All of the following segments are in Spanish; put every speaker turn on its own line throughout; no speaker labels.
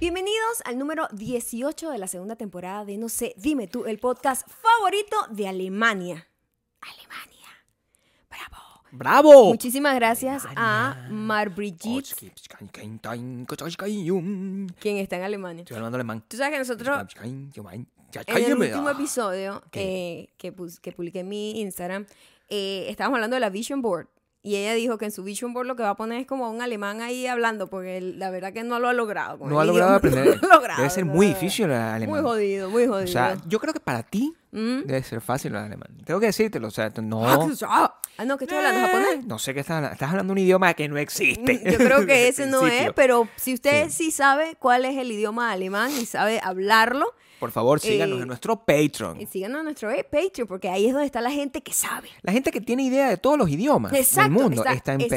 Bienvenidos al número 18 de la segunda temporada de No sé, dime tú, el podcast favorito de Alemania. Alemania. Bravo.
¡Bravo!
Muchísimas gracias a Mar Brigitte,
Estoy
quien está en Alemania.
hablando alemán.
Tú sabes que nosotros en el
ah.
último episodio eh, que, pus- que publiqué en mi Instagram, eh, estábamos hablando de la Vision Board. Y ella dijo que en su Vision Board lo que va a poner es como un alemán ahí hablando, porque él- la verdad que no lo ha logrado. con
No ha
el
logrado
idioma,
aprender.
no lo ha logrado,
Debe ser
no
muy
lo ha logrado.
difícil el
Muy
alemán.
jodido, muy jodido.
O sea, yo creo que para ti
¿Mm?
debe ser fácil el alemán. Tengo que decírtelo, o sea, tú- no.
Ah, no, que estoy hablando japonés.
No sé qué estás hablando. Estás hablando un idioma que no existe.
Mm, Yo creo que
desde
ese
el
no es,
principio.
pero si usted sí. sabe cuál es el idioma alemán y sabe hablarlo,
Por favor, síganos
Eh,
en nuestro Patreon.
eh, síganos en nuestro eh, Patreon, porque ahí es donde está la gente que sabe.
La gente que tiene idea de todos los idiomas
Exacto.
del mundo está, en
está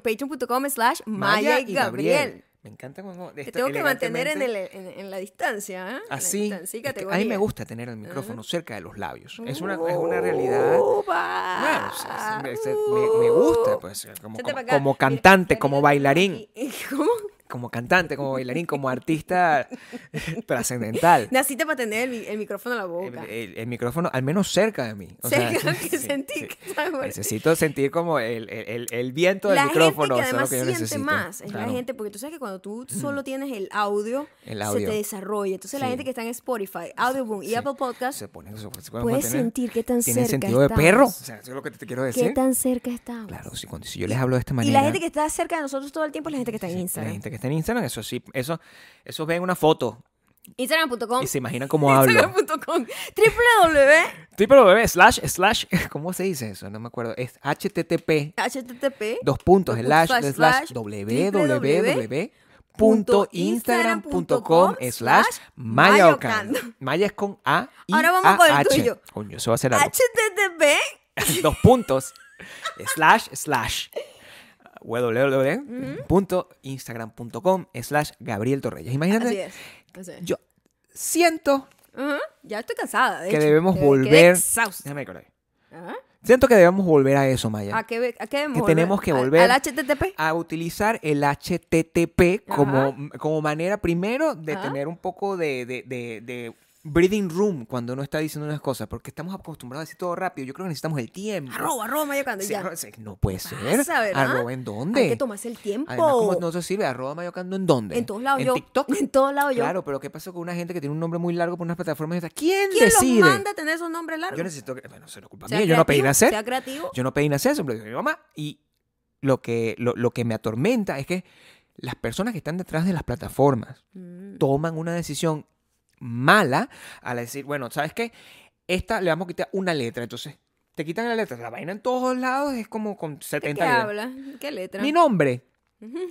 Patreon, patreon.com slash Maya y Gabriel.
Me encanta cuando.
Te tengo que mantener en, el- en- en la distancia, ¿eh? En la
Así.
distancia y
Ah, es que a mí
categoría. Uh.
me gusta tener el micrófono cerca de los labios. Es una, es una realidad. Bueno,
Upa.
es- es- es- me, me gusta, pues, como,
Vente
como-
pa' acá.
como
Mira,
cantante,
Gabriel
como
está
bailarín,
aquí. ¿Cómo?
como cantante, como bailarín, como artista trascendental.
Naciste para tener el, mi- el micrófono en la
El,
boca.
el- el micrófono al menos cerca de mí. O sea,
Cerca que
sí,
sentí
sí.
que estaba muerto.
Necesito sentir como el, el- el- el viento del
la
micrófono.
gente que
eso es
además
lo que yo
siente
necesito.
más es
Claro.
la gente porque tú sabes que cuando tú solo tienes el audio,
El
se
audio.
te desarrolla entonces la
Sí.
gente que está en Spotify Audioboom y
Sí.
Apple Podcast
se pone, se- se puede
puede
mantener.
sentir qué tan
Tienen
cerca
sentido de
estamos.
perro. O sea, eso es lo que te, te quiero
qué
decir.
tan cerca estamos
Claro, si, cuando, si yo les hablo de esta
y
manera.
la gente que está cerca de nosotros todo el tiempo es la gente que está en
La
Instagram
gente que está en Instagram, eso sí, eso, eso ven una foto
Instagram.com
y se imaginan cómo hablo.
Instagram.com www
Sí, pero bebé, slash, slash, ¿cómo se dice eso? No me acuerdo. Es http,
http Dos
dos puntos,
puntos,
slash,
slash,
slash,
slash,
www.instagram.com slash mayaocando. Maya es con A y
Ahora vamos con el
AH.
tuyo.
Coño, eso va a ser algo.
http
dos puntos slash slash www.instagram.com slash Gabriel Torreyes.
así
Imagínate,
es Así es.
yo siento
Ujú, ya estoy cansada de
que
hecho.
debemos
Quedé- quedé
volver.
exhausta.
Déjame recordar.
Ajá.
Siento que debemos volver a eso, Maya.
¿A qué, ve- a qué debemos
Que
volver?
tenemos que
¿Al- ¿Al,
volver.
HTTP?
a utilizar el HTTP como,
Ajá.
como manera primero de
Ajá.
tener un poco de, de- de- de breathing room cuando uno está diciendo unas cosas, porque estamos acostumbrados a decir todo rápido. Yo creo que necesitamos el tiempo.
Arroba, arroba, mayocando,
Sí,
ya.
arroba- sí, no puede ser.
pasa, verdad?
¿Arroba en dónde?
Hay que tomarse el tiempo.
Además, ¿cómo no se sirve? ¿Arroba mayocando en dónde?
En todos lados
¿En
yo.
TikTok?
En todos lados yo.
Claro, pero ¿qué pasó con una gente que tiene un nombre muy largo por unas plataformas? y está- ¿Quién,
¿Quién
decide?
los manda a tener esos nombres largos?
Yo necesito que... Bueno, se lo culpa
Sea
mía. Yo no pedí
creativo,
nacer.
Sea creativo.
Yo no pedí nacer, se lo dijo mi mamá. Y lo que, lo, lo que me atormenta es que las personas que están detrás de las plataformas
Mm.
toman una decisión mala al decir, bueno, ¿sabes qué? Esta le vamos a quitar una letra. Entonces, te quitan la letra. La vaina en todos lados es como con
¿De
70
qué
letras.
habla? ¿Qué letra?
Mi nombre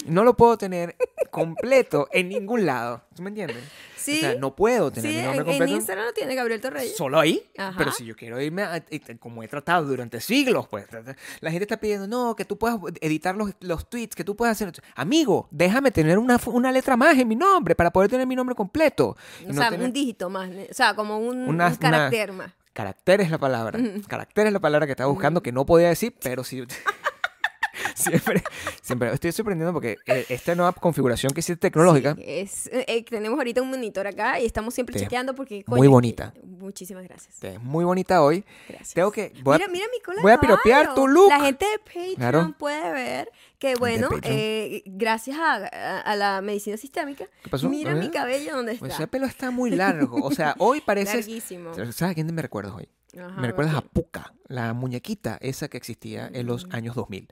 no lo puedo tener completo en ningún lado. ¿Tú me entiendes?
Sí.
O sea, no puedo
sí,
tener mi
en,
nombre
en
completo
Instagram no tiene Gabriel Torreyes.
solo ahí.
Ajá.
Pero si yo quiero irme, a- a- como he tratado durante siglos, pues tra- tra- la gente está pidiendo, no, que tú puedas editar los, los tweets, que tú puedas hacer... Amigo, déjame tener una, fu- una letra más en mi nombre para poder tener mi nombre completo. Y
o
no
sea,
tener-
un dígito más. ne- O sea, como un,
Una-
un carácter más.
Carácter es la palabra. Carácter es la palabra que estaba buscando, que no podía decir, pero sí... siempre, siempre estoy sorprendiendo porque eh, esta nueva configuración que hiciste tecnológica...
Es, eh, eh, tenemos ahorita un monitor acá y estamos siempre
Te-
chequeando porque.
muy
coño,
bonita.
Muchísimas gracias.
que Es muy bonita hoy.
Gracias.
Tengo que... voy a-
Mira, mira mi cola de
voy a piropear tu
caballo.
look.
La gente de Patreon
Claro.
puede ver que, bueno,
Patreon.
eh, gracias a, a- a la medicina sistémica,
¿Qué pasó?
mira
¿Eh?
mi cabello donde
Pues
está.
ese pelo está muy largo. O sea, hoy parece.
Larguísimo.
¿Sabes a quién me recuerdas hoy?
Ajá,
me recuerdas a
ok. Mm.
Puka, la muñequita esa que existía en los años 2000.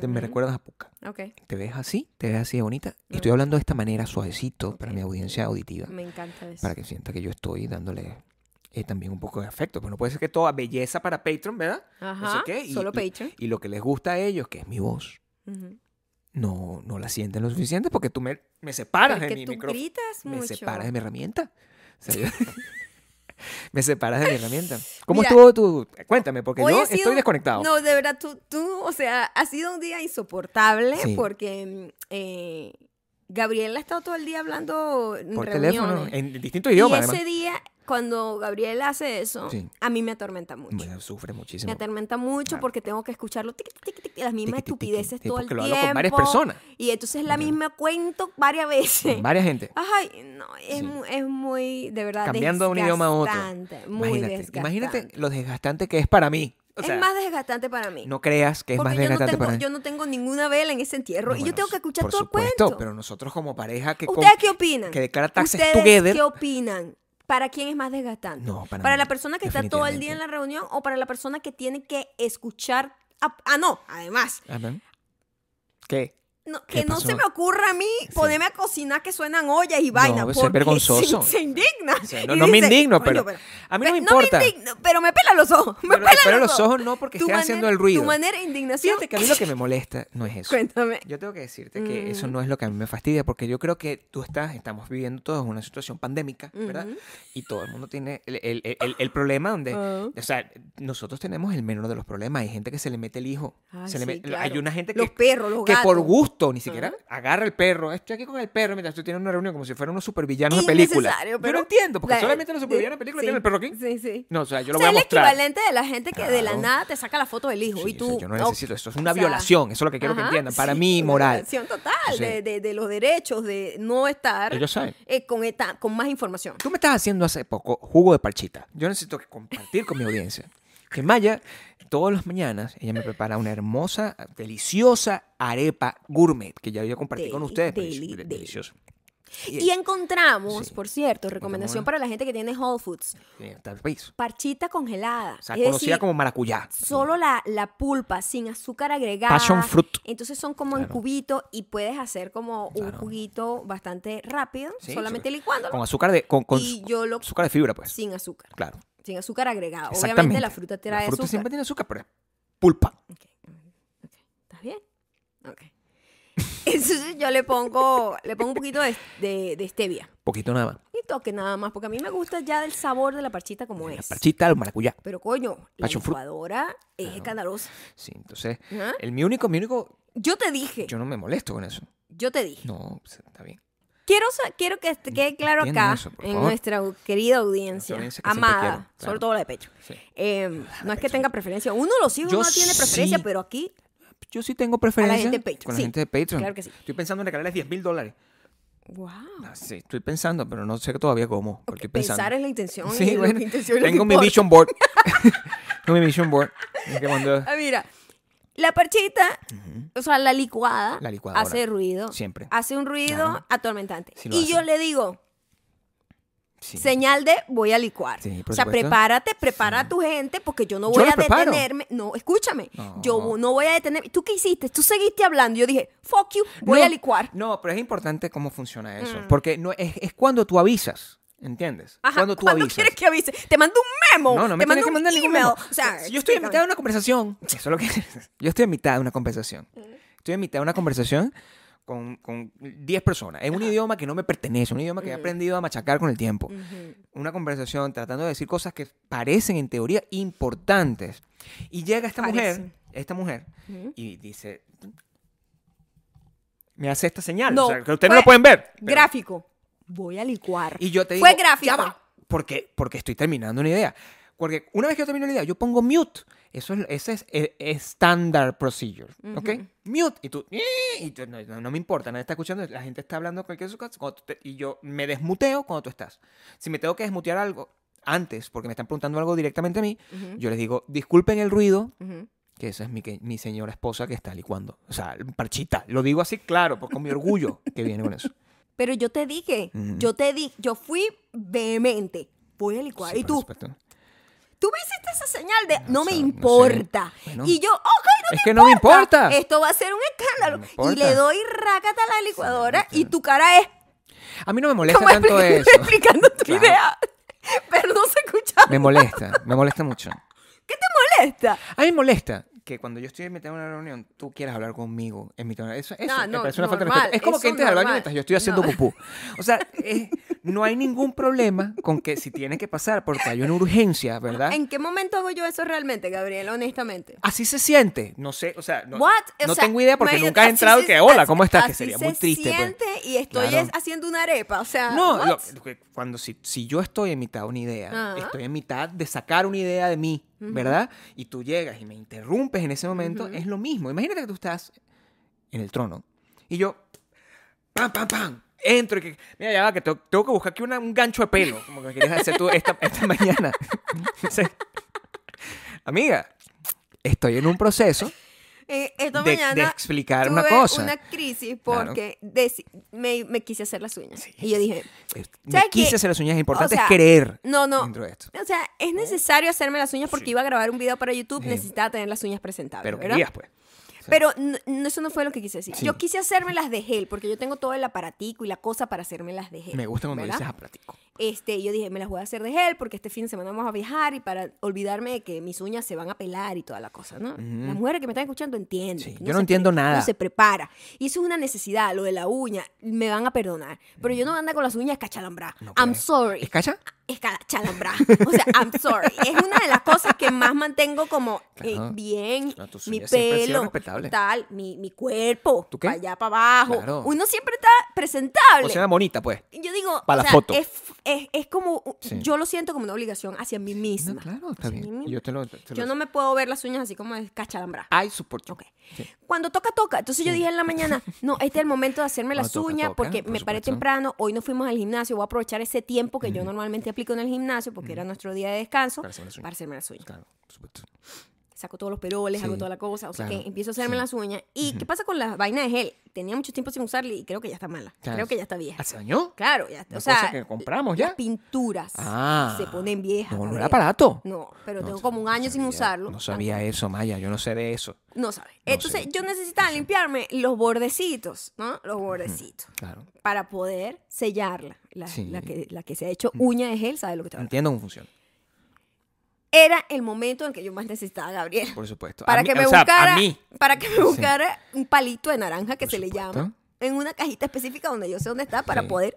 Te- Me recuerdas a Puka.
Ok,
Te ves así, te ves así de bonita. Y estoy hablando de esta manera suavecito para mi audiencia auditiva.
me encanta eso.
Para que sienta que yo estoy dándole eh, también un poco de afecto. Pues no puede ser que toda belleza para Patreon, ¿verdad? No sé
Ajá,
qué, y-
solo
y-
Patreon.
Y lo que les gusta a ellos, que es mi voz,
Ujú.
no, no la sienten lo suficiente porque tú me, me separas de
Porque
mi
tú
micrófono.
gritas
Me
mucho.
separas de mi herramienta. O sea, yo- me separas de mi herramienta. ¿Cómo
Mira,
estuvo tu...? Cuéntame, porque
Hoy
yo
ha sido-
estoy desconectado.
No, de verdad, tú, tú, o sea, ha sido un día insoportable
Sí.
porque mm, eh, Gabriela ha estado todo el día hablando en
Por
reuniones.
teléfono, en distintos idiomas.
y ese
además.
día, cuando Gabriela hace eso,
Sí.
a mí me atormenta mucho.
Bueno, sufre
Me
muchísimo.
atormenta mucho
Claro.
porque tengo que escucharlo tic, tic, tic, las mismas
Tiqui, tiqui, tiqui.
estupideces
Sí,
todo el
porque
tiempo.
lo hablo con varias personas.
Y entonces la misma cuento varias veces.
Con varias gente.
Ay, no, es,
Sí.
mu- es muy, de verdad,
Cambiando de un idioma a otro.
desgastante, Muy
Imagínate,
desgastante.
imagínate lo desgastante que es para mí. O sea,
es más desgastante para mí.
no creas que es
porque
más
yo, no
desgastante
tengo,
para mí.
yo no tengo ninguna vela en ese entierro
No,
y
bueno,
yo tengo que escuchar
por
todo
supuesto,
el cuento.
Pero nosotros como pareja que,
¿Ustedes
con-
qué opinan?
que declara taxes
¿Ustedes
together.
qué opinan? ¿Para quién es más desgastante?
No, para mí,
la persona que está todo el día en la reunión o para la persona que tiene que escuchar? a- ah, no, además.
Ajá. ¿Qué?
no-
¿Qué
que no se
pasó?
me ocurra a mí ponerme a cocinar que suenan ollas y vainas.
eso es
porque
vergonzoso.
Se, se indigna.
O sea, no,
y
no me
dice,
indigno,
"Coño,
pero, a mí no me importa.
me indigno, pero me pela los ojos. Me
Pero-
pela
pero
los,
los ojos no, porque
Tu
estoy haciendo
manera-
el ruido.
Tu manera de indignación.
Fíjate que a mí lo que me molesta no es eso.
Cuéntame.
Yo tengo que decirte que
Mm.
eso no es lo que a mí me fastidia, porque yo creo que tú estás, estamos viviendo todos una situación pandémica, ¿verdad?
Ujú.
Y todo el mundo tiene el, el- el- el- el problema donde,
Ah.
o sea, nosotros tenemos el menor de los problemas. Hay gente que se le mete el hijo.
Ay,
se le
sí,
mete- Hay
claro.
una gente que,
Los perros, los
que por
gatos.
gusto ni siquiera agarra el perro. Estoy aquí con el perro mientras tú tienes una reunión como si fueran unos supervillanos de película.
Innecesario,
Yo
pero-
no entiendo, porque
La-
solamente los
de-
supervillanos de película
sí,
tienen el perro aquí.
Sí, sí.
No, o sea, yo
O
lo
sea,
voy a
el
mostrar.
equivalente de la gente que de la
Claro.
nada te saca la foto del hijo
Sí,
y
o
tú.
sea, yo no
oh,
necesito esto. Es una
o sea,
violación. Eso es lo que quiero que
ajá,
entiendan. Para
sí,
mí,
una
moral.
violación total
Sí.
de, de- de los derechos de no estar
Ellos saben.
eh, con, esta, con más información.
Tú me estás haciendo hace poco jugo de parchita. Yo necesito que compartir con mi audiencia. Que Maya, todas las mañanas, ella me prepara una hermosa, deliciosa arepa gourmet que ya yo compartí con
Deli,
ustedes. pero es
deli,
de-
deli.
delicioso.
Y encontramos,
Sí.
por cierto, recomendación
Encontramos-
para la gente que tiene Whole Foods,
y está el país.
parchita congelada.
O sea,
es
conocida
decir,
como maracuyá.
solo la, la pulpa sin azúcar agregada.
Passion fruit.
Entonces son como en
Claro.
cubito y puedes hacer como
Claro.
un juguito bastante rápido,
Sí,
solamente
sí.
licuándolo
Con azúcar de, con, con
y
su-
yo lo
azúcar de fibra, pues.
sin azúcar,
Claro.
sin azúcar agregado. Obviamente
Exactamente.
la fruta trae
La fruta
azúcar.
siempre tiene azúcar, pero es pulpa.
Ok, ok. ¿Estás bien? Ok. Entonces yo le pongo, le pongo un poquito de, de, de stevia.
Poquito nada más.
Y toque nada más, porque a mí me gusta ya del sabor de la parchita como
La
es.
parchita, el maracuyá.
Pero coño, la
Passion fruit.
licuadora es
Claro.
escandalosa.
Sí, entonces,
Ajá.
el, mi único, mi único,
Yo te dije, yo,
yo no me molesto con eso.
te dije.
No, pues, está bien.
Quiero, sa- quiero que te quede claro
Entiendan
acá,
eso, por
en
favor.
nuestra querida audiencia,
audiencia que siempre
amada,
quiero, claro.
sobre todo la de pecho.
Sí.
Eh, no es que tenga preferencia. Uno de los hijos
Yo
no tiene preferencia,
sí.
pero aquí,
Yo sí tengo preferencia.
gente de Patreon,
Con la
sí,
gente de Patreon.
claro que sí.
Estoy pensando en regalarles 10 mil dólares.
wow.
Ah, sí, estoy pensando, pero no sé todavía cómo. Porque estoy pensando.
Pensar es la intención.
Sí,
y lo
bueno,
que intención es lo que
tengo mi
importa.
vision board. tengo mi vision board. Es que cuando-
Ah, mira, la parchita, o sea, la licuada,
La licuadora,
hace ruido.
siempre.
Hace un ruido
Claro.
atormentante.
Sí lo
y
hace.
yo le digo,
Sí.
señal de voy a licuar.
Sí, por
o sea,
supuesto.
prepárate, prepara a tu gente porque yo no
Yo
voy
los
a
preparo.
detenerme. No, escúchame.
No.
Yo no voy a detenerme. ¿Tú qué hiciste? Tú seguiste hablando. Yo dije, fuck you, voy
No,
a licuar. Mm.
No, pero es importante cómo funciona eso. Porque no, es, es cuando tú avisas. ¿Entiendes?
Ajá,
cuando tú
¿cuándo
avisas.
quieres que avise? Te mando un memo.
No, no me
te mando
tienes que
un
mandar ningún
email.
memo.
O sea,
yo estoy en
explícame.
mitad de una conversación. Eso es lo que yo estoy en mitad de una conversación. Estoy en mitad de una conversación con con 10 personas en un idioma que no me pertenece, un idioma que he aprendido a machacar con el tiempo. Una conversación tratando de decir cosas que parecen en teoría importantes y llega esta mujer,
Parecen.
esta mujer y dice me hace esta señal,
No,
o sea, que ustedes no
fue
lo pueden ver. pero-
Gráfico. Voy a licuar.
y yo te digo,
Fue gráfico.
"Ya va", porque, porque estoy terminando una idea. Porque una vez que yo termino la idea, yo pongo mute. Eso es, ese es eh, standard procedure, ¿ok? Mute. Y tú, "Eh", y tú, no, no- no me importa, nadie está escuchando, la gente está hablando cualquier cosa. cuando tú te- y yo me desmuteo cuando tú estás. Si me tengo que desmutear algo antes, porque me están preguntando algo directamente a mí, yo les digo, disculpen el ruido,
Ujú.
que esa es mi, que- mi señora esposa que está licuando. O sea, parchita. Lo digo así, claro, por- con mi orgullo que viene con eso.
Pero yo te dije,
Ujú.
yo te di, yo fui vehemente. Voy a licuar. y
Sí, por
tú,
supuesto.
tú me hiciste esa señal de no,
o
me
sea, no sé.
importa.
Bueno.
y yo, ok, no
Es
me
que no me
importa.
importa.
Esto va a ser un escándalo.
No me
y
importa.
le doy rácata a la licuadora
Sí,
y tu cara es
A mí no me molesta
como
tanto
expli-
eso.
explicando tu
Claro.
idea. Pero no se escucha.
Me molesta, me molesta mucho.
¿Qué te molesta?
A mí me molesta que cuando yo estoy invitado a una reunión, tú quieras hablar conmigo en mi tono. Eso, eso
No,
me
no,
parece una falta de
normal,
respeto. Es como
eso
que entres al baño
normal.
mientras yo estoy haciendo
No.
pupú. O sea, eh, No hay ningún problema con que si tienes que pasar porque hay una urgencia, ¿verdad?
¿En qué momento hago yo eso realmente, Gabriel? Honestamente.
Así se siente. No sé, o sea, no,
What? O
no
sea,
tengo idea porque
imagínate,
nunca has
así
entrado
se-
que, hola,
así-
¿cómo estás? Que
así
sería
se
muy triste. pues.
siente y estoy
Claro.
es haciendo una arepa, o sea,
No,
Ah, what? Ah.
lo- que cuando si, si yo estoy en mitad de una idea,
Ajá.
estoy en mitad de sacar una idea de mí, ¿verdad? Y tú llegas y me interrumpes en ese momento, es lo mismo. Imagínate que tú estás en el trono y yo, pam, pam, pam, entro y que, mira, ya va, que tengo, tengo que buscar aquí una- un gancho de pelo, como que querías hacer tú esta, esta mañana. Entonces, Amiga, estoy en un proceso
Eh,
de,
esta
de
mañana
explicar
tuve
una cosa.
una crisis
Claro.
porque deci- me, me quise hacer las uñas. Y yo dije,
Eh, Me
¿sabes qué?
quise hacer las uñas, importante
sea,
es querer
no, no.
dentro de esto.
O sea, es necesario hacerme las uñas porque
Sí.
iba a grabar un video para YouTube,
Sí.
necesitaba tener las uñas presentables,
Pero
¿verdad?
querías, pues.
Pero n- n- eso no fue lo que quise decir.
Sí.
Yo quise hacerme las de gel porque yo tengo todo el aparatico y la cosa para hacerme las de gel.
Me gusta cuando
Eh, ¿verdad?
dices aplático.
Este, yo dije, me las voy a hacer de gel porque este fin de semana vamos a viajar y para olvidarme de que mis uñas se van a pelar y toda la cosa, ¿no? Las mujeres que me están escuchando entienden.
Sí,
que
yo
uno
no
se
entiendo
pre-
nada.
uno se prepara. Y eso es una necesidad, lo de la uña. Me van a perdonar. Pero yo no ando con las uñas cachalambradas.
No
I'm
puede.
sorry.
¿Es cacha?
Es cada chalambra. O sea, I'm sorry. Es una de las cosas que más mantengo como eh,
Claro.
bien,
No, tus
mi
uñas siempre han sido
pelo,
respetables.
tal, mi, mi cuerpo,
¿Tú qué?
para allá, para abajo.
Claro.
Uno siempre está presentable.
O sea, bonita, pues.
yo digo,
pa'
o
la
sea,
foto.
Es, es, es como,
Sí.
yo lo siento como una obligación hacia mí misma.
No, claro, está
Hacia mí
bien.
misma.
Yo te lo. te lo-
Yo no me puedo ver las uñas así como es cachalambrada.
I support you.
Ok.
Sí.
Cuando toca, toca. Entonces yo dije en la mañana, no, este es el momento de hacerme las
Cuando toca,
uñas
toca,
porque
por
me paré
supuesto.
temprano. Hoy no fuimos al gimnasio. Voy a aprovechar ese tiempo que yo normalmente aplico en el gimnasio porque era nuestro día de descanso
Para hacerme las uñas.
para hacerme las uñas.
Claro, por supuesto.
Saco todos los peroles, hago
Sí,
toda la cosa. O sea
claro,
que empiezo a hacerme las uñas. ¿Y qué pasa con la vaina de gel? Tenía mucho tiempo sin usarla y creo que ya está mala.
Claro.
Creo que ya está vieja.
¿Hace año?
Claro, ya está.
Una
O sea,
cosa que compramos ya.
las pinturas
Ah.
se ponen viejas.
No, no
Gabriel.
era aparato.
No, pero
No,
tengo como un
no
año sin
sabía-
usarlo.
No sabía eso, Maya. Yo no sé de eso.
No sabe.
No
Entonces
sé.
yo necesitaba limpiarme los bordecitos, ¿no? Los bordecitos.
Claro.
Para poder sellarla. La,
Sí.
la que, la que se ha hecho uña de gel sabe lo que te
No
hablo.
entiendo cómo funciona.
Era el momento en el que yo más necesitaba a Gabriel.
Por supuesto.
Para
A mí-
que me
o sea,
buscara.
A mí.
Para que me buscara un palito de naranja que
Por
se le
supuesto.
llama. En una cajita específica donde yo sé dónde está para
Sí.
poder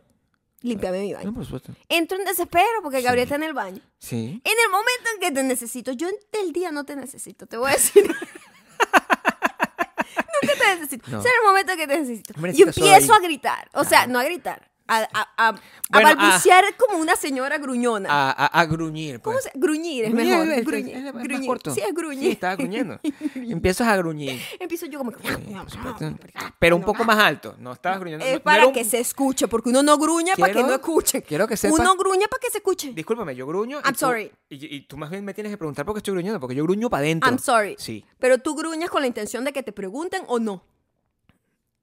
limpiarme mi baño.
No, por supuesto.
Entro en desespero porque Gabriel
Sí.
está en el baño.
Sí.
En el momento en que te necesito, yo en el día no te necesito, te voy a decir. Nunca te necesito.
No.
O sea, en el momento en que te necesito.
Hombre,
y
necesitas solo
empiezo
ahí.
a gritar. O sea, no a gritar. A, a, a- a
Bueno, ah. a-
balbucear como una señora gruñona.
A, a, a gruñir.
¿Cómo
pues.
se Gruñir es
Gruñir,
mejor.
el- el-
gruñir.
es más
gruñir.
corto.
Sí, es gruñir.
Sí, estaba gruñendo. Empiezas a gruñir.
Empiezo yo como que.
Sí, por
ah,
supuesto. Pero un poco más alto. No estabas gruñendo. no-
Es
no
para
era un-
que se escuche, porque uno no gruña para que
Quiero-
no escuchen.
quiero que sepas-
Uno gruña para que se escuche.
Discúlpame, yo gruño. y
I'm
tú-
sorry.
Y, y tú más bien me tienes que preguntar por qué estoy gruñendo, porque yo gruño para adentro.
I'm sorry.
Sí.
Pero tú gruñas con la intención de que te pregunten o no.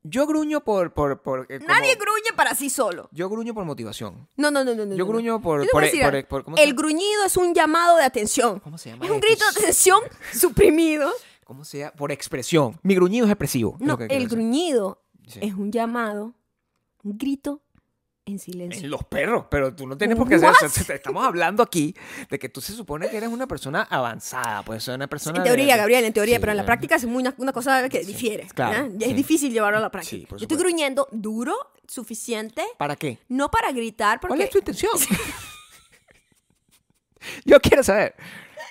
Yo gruño por. por, por eh, como-
Nadie gruñe para sí solo.
Yo gruño por motivación.
No, no, no, no. no,
Yo
no.
gruño por-
Yo te
por-
voy a decir
por-
algo.
por- ¿cómo
el
se- Oh,
gruñido es un llamado de atención.
¿Cómo se llama
Es un
esto?
grito de atención suprimido.
¿Cómo sea? Por expresión. Mi gruñido es expresivo. es
No,
lo que quiero
el
decir.
gruñido
Sí.
es un llamado, un grito en silencio.
En los perros, pero tú no tienes por qué hacer eso. Te- te Estamos hablando aquí de que tú se supone que eres una persona avanzada, pues una persona.
En
de-
teoría,
de-
Gabriel, en teoría,
Sí,
pero en la
de-
práctica es muy una, una cosa que difiere.
claro,
¿verdad? Es
sí.
difícil llevarlo a la práctica.
Sí, por
Yo estoy
supuesto.
gruñendo duro, suficiente,
¿Para qué?
no para gritar, porque
¿Cuál es tu intención? yo quiero saber.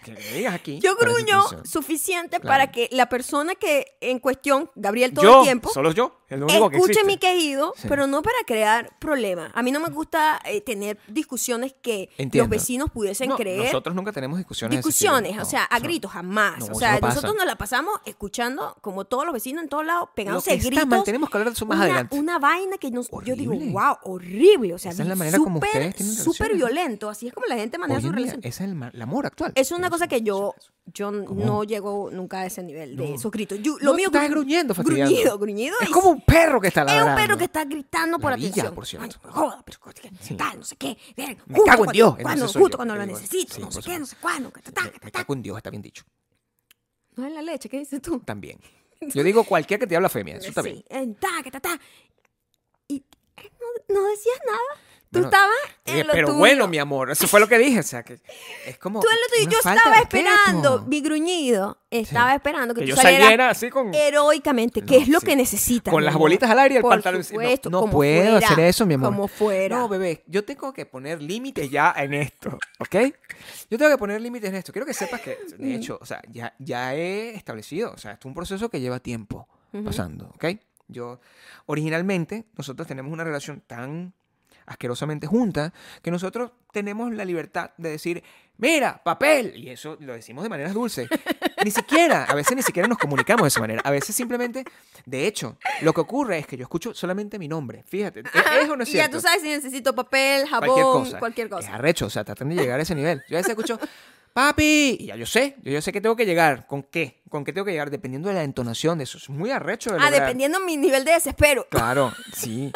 Que me digas aquí.
yo
cuál es tu
gruño
intención.
suficiente
Claro.
para que la persona que en cuestión, Gabriel, todo
yo,
el tiempo,
Solo yo. Es lo único que
Escuche
existe.
mi querido,
Sí.
pero no para crear problemas. A mí no me gusta eh, tener discusiones que
Entiendo.
los vecinos pudiesen
No,
creer.
Nosotros nunca tenemos discusiones. de ese estilo.
discusiones, o
No,
sea, a
no.
gritos, jamás.
No,
o
eso
sea,
no pasa.
nosotros nos la pasamos escuchando como todos los vecinos en todos lados, pegándose
que está
gritos.
mal, tenemos que hablar de eso más
una,
adelante.
Una vaina que nos, yo digo,
Horrible.
wow, horrible. O sea,
Esa es la manera como
súper,
ustedes tienen
súper
relaciones.
violento. Así es como la gente maneja
Hoy
sus
en día,
relaciones.
ese es el, ma- el amor actual.
Es una
Eso,
cosa que yo,
eso,
yo no llego nunca a ese nivel de
No.
esos gritos. Yo- lo
No,
mío
tú estás
gru-
gruñendo, fastidiando.
gruñido, gruñido.
eso. Es
y-
como un perro que está
es
ladrando.
un perro que está gritando por
La villa,
atención.
por cierto.
Ay, joda, pero co- que-
Sí.
tal, no sé qué. ver,
Me
justo
cago en
cuando-
Dios. Entonces
Cuando,
soy
justo
yo,
cuando
te
lo
digo.
necesito,
Sí,
no sé
por
qué, no
supuesto.
sé cuándo. que ta, ta,
Me-
ta,
Me
ta.
cago en Dios, está bien dicho.
No es la leche, ¿qué dices tú?
También. Yo digo cualquiera que te habla femia, eso está bien.
Sí, en ta, que ta, ta. Y eh, no, no decías nada. Tú
Bueno,
estabas en
Eh,
lo
pero
tuyo.
bueno, mi amor, eso fue lo que dije. O sea, que es como.
Tú en lo tuyo.
una
Yo
falta de
estaba
respeto.
esperando, mi gruñido, estaba esperando que,
Que
tú
yo
salieras
saliera así con.
heroicamente,
No,
que es lo
sí.
que necesitas.
Con
mi
las
amor.
bolitas al aire y el
Por
pantalón.
supuesto,
no no
como
puedo
fuera,
hacer eso, mi amor.
Como fuera.
No, bebé, yo tengo que poner límites ya en esto, ¿ok? Yo tengo que poner límites en esto. Quiero que sepas que, de hecho, o sea, ya, ya he establecido, o sea, esto es un proceso que lleva tiempo
Ujú.
pasando, ¿ok? Yo, originalmente, nosotros tenemos una relación tan asquerosamente junta que nosotros tenemos la libertad de decir, mira, papel, y eso lo decimos de maneras dulces. Ni siquiera, a veces ni siquiera nos comunicamos de esa manera, a veces simplemente, de hecho, lo que ocurre es que yo escucho solamente mi nombre, fíjate, ¿es- ¿es o no es
y ya
cierto?
tú sabes si necesito papel, jabón,
cualquier cosa.
cualquier cosa.
Es arrecho, o sea, tratan de llegar a ese nivel. Yo a veces escucho, papi, y ya yo sé, yo, yo sé que tengo que llegar. ¿Con qué? ¿Con qué tengo que llegar? Dependiendo de la entonación de eso. Es muy arrecho. De
Ah,
lograr.
dependiendo mi nivel de desespero.
Claro, sí.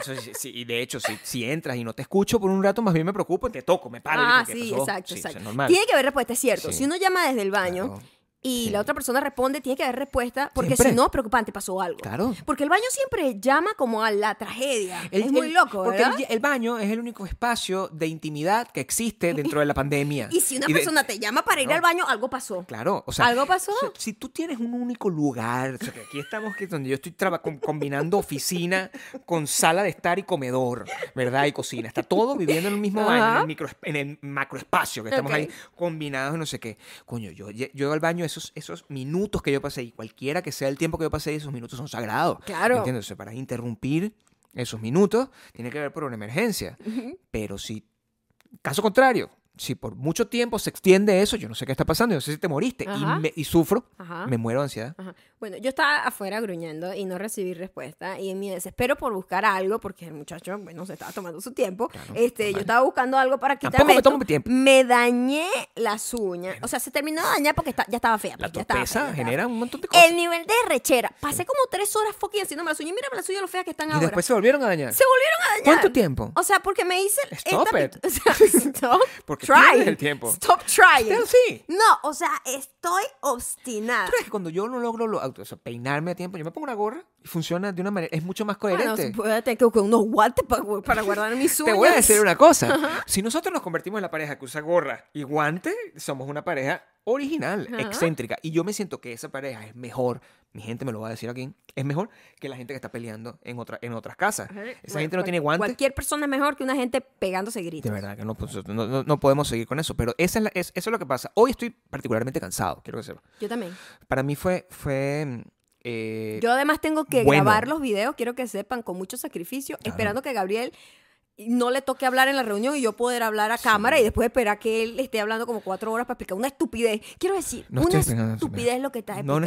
Eso sí, sí, y de hecho, si, si entras y no te escucho por un rato, más bien me preocupo y te toco, me paro. y
ah,
digo, ¿qué
sí,
pasó?
exacto,
Sí, o sea,
exacto.
normal.
Tiene que haber respuesta, es cierto.
Sí.
Si uno llama desde el baño
Claro,
y
sí.
la otra persona responde, tiene que haber respuesta, porque
Siempre.
si no, es preocupante, pasó algo.
Claro.
Porque el baño siempre llama como a la tragedia.
El-
es muy
el-
loco,
Porque
¿verdad?
el, el baño es el único espacio de intimidad que existe dentro de la pandemia.
Y si una
de-
persona te llama para ir
Claro.
al baño, algo pasó.
Claro, o sea,
¿Algo pasó?
o sea, Si tú tienes un único lugar, o sea, que aquí estamos que donde yo estoy traba- com- combinando oficina con sala de estar y comedor, ¿verdad? Y cocina. Está todo viviendo en el mismo baño, en
Ajá.
el, micro, en el macroespacio que estamos
Ok.
ahí combinados y no sé qué. Coño, yo, lle- yo al baño esos, esos minutos que yo pasé, y cualquiera que sea el tiempo que yo pasé, esos minutos son sagrados.
Claro.
¿Entiendes? O sea, para interrumpir esos minutos, tiene que haber por una emergencia. Pero si Caso contrario, si por mucho tiempo se extiende eso, yo no sé qué está pasando, yo no sé si te moriste y,
Ajá.
me- y sufro,
Ajá.
me muero de ansiedad.
Ajá. Bueno, yo estaba afuera gruñendo y no recibí respuesta. Y en mi desespero por buscar algo, porque el muchacho, bueno, se estaba tomando su tiempo,
Claro,
este, yo
normal.
estaba buscando algo para
Tampoco
quitarme.
me
esto.
tomo mi tiempo.
Me dañé las uñas. O sea, se terminó de dañar porque está- ya estaba fea.
La
pues, ya estaba fea,
torpeza
ya estaba
genera
fea.
un montón de cosas.
El nivel de rechera. Pasé como tres horas fucking haciéndome las uñas. Y mírame las uñas lo feas que están
y
ahora.
después se volvieron a dañar.
Se volvieron a dañar.
¿Cuánto tiempo?
O sea, porque me hice.
Stop
esta-
it.
O sea, stop
Porque
trying.
pierdes el tiempo.
Stop trying.
Pero sí.
No, o sea, estoy obstinada.
¿Tú crees que cuando yo no logro lo- o sea, peinarme a tiempo, yo me pongo una gorra y funciona de una manera, es mucho más
Bueno,
coherente?
voy a tener que buscar unos guantes para, gu- para guardar mis uñas.
Te voy a decir una cosa. Si nosotros nos convertimos en la pareja que usa gorra y guante, somos una pareja original,
Ajá.
excéntrica. Y yo me siento que esa pareja es mejor. Mi gente me lo va a decir aquí. Es mejor que la gente que está peleando en, otra, en otras casas.
Ajá.
Esa
Bueno,
gente no
cual-
tiene guantes.
Cualquier persona es mejor que una gente pegándose
De
gritos.
verdad que no, pues, no, no- no podemos seguir con eso. Pero esa es la- es- eso es lo que pasa. Hoy estoy particularmente cansado, quiero que sepa.
Yo también.
Para mí fue... fue mm, eh,
Yo además tengo que
bueno.
grabar los videos, quiero que sepan, con mucho sacrificio, esperando que Gabriel no le toque hablar en la reunión y yo poder hablar a cámara y después esperar que él esté hablando como cuatro horas para explicar una estupidez. Quiero decir,
No
una
estoy explicando una
estupidez es lo que está
no
explicando.
una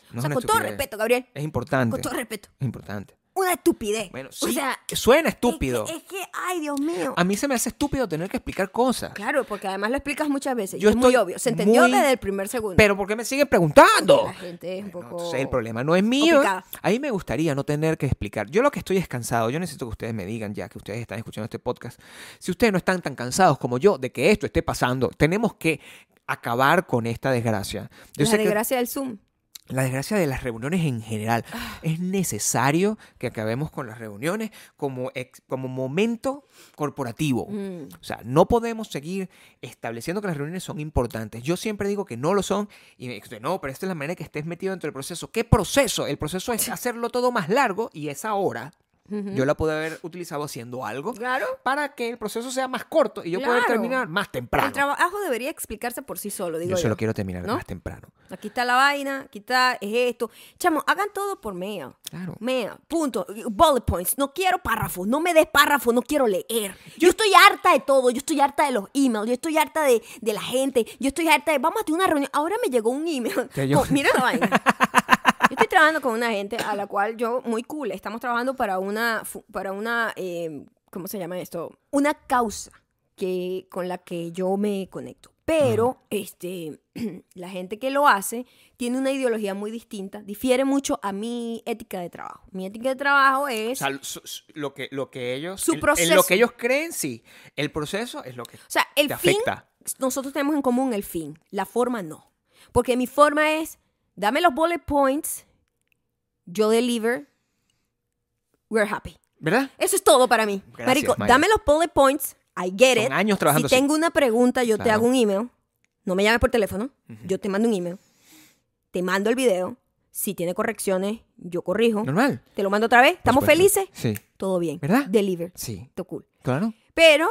o
No
sea,
es una
con todo
estupidez.
respeto, Gabriel,
Es importante.
con todo respeto,
Es importante.
una estupidez.
Bueno,
o
sí,
sea,
que suena
es que-
estúpido.
Es que, ay, Dios mío.
A mí se me hace estúpido tener que explicar cosas.
Claro, porque además lo explicas muchas veces.
Yo
y es muy
estoy
obvio. Se entendió
muy-
desde el primer segundo.
Pero ¿por qué me siguen preguntando?
la gente es un
Bueno,
poco.
entonces el problema no es mío.
complicada.
A mí me gustaría no tener que explicar. Yo lo que estoy es cansado. Yo necesito que ustedes me digan, ya que ustedes están escuchando este podcast, si ustedes no están tan cansados como yo de que esto esté pasando, tenemos que acabar con esta desgracia. Yo
la
sé que
desgracia del Zoom.
la desgracia de las reuniones en general.
Ah.
Es necesario que acabemos con las reuniones como, ex- como momento corporativo.
Mm.
O sea, no podemos seguir estableciendo que las reuniones son importantes. Yo siempre digo que no lo son y me dicen, no, pero esta es la manera que estés metido dentro del proceso. ¿Qué proceso? El proceso es hacerlo todo más largo y esa hora
Ujú.
yo la puedo haber utilizado haciendo algo
Claro.
para que el proceso sea más corto y yo pueda
Claro.
terminar más
El
temprano.
trabajo debería explicarse por sí solo, digo
yo
yo.
solo quiero terminar
¿no?
más temprano.
Aquí está la vaina, aquí está es esto. Chamo, hagan todo por mail.
Claro.
Mail, punto, bullet points. No quiero párrafos, no me des párrafos, no quiero leer. Yo estoy harta de todo, yo estoy harta de los emails, yo estoy harta de, de la gente, yo estoy harta de, vamos a tener una reunión. Ahora me llegó un email.
Que yo-
con- mira la vaina. Yo estoy trabajando con una gente a la cual yo, muy cool, estamos trabajando para una, fu- para una eh, ¿cómo se llama esto? Una causa que, con la que yo me conecto. Pero, este, la gente que lo hace tiene una ideología muy distinta, difiere mucho a mi ética de trabajo. Mi ética de trabajo
O
es...
sea, su- su- lo que, lo que ellos.
Su
en- En
proceso.
lo que ellos creen, sí. El proceso es lo que.
O sea, el
te
fin,
afecta.
nosotros tenemos en común el fin, la forma no. Porque mi forma es, dame los bullet points, yo deliver, we're happy.
¿Verdad?
Eso es todo para mí.
Gracias,
Marico,
Mayra.
dame los bullet points. I get
Son
it.
años trabajando
si
así.
tengo una pregunta, yo te
Claro.
hago un email. No me llames por teléfono. Yo te mando un email. Te mando el video. Si tiene correcciones, yo corrijo.
Normal.
Te lo mando otra vez. ¿Estamos
supuesto.
felices?
Sí,
Todo bien.
¿Verdad?
Deliver.
sí.
Todo cool.
Claro.
Pero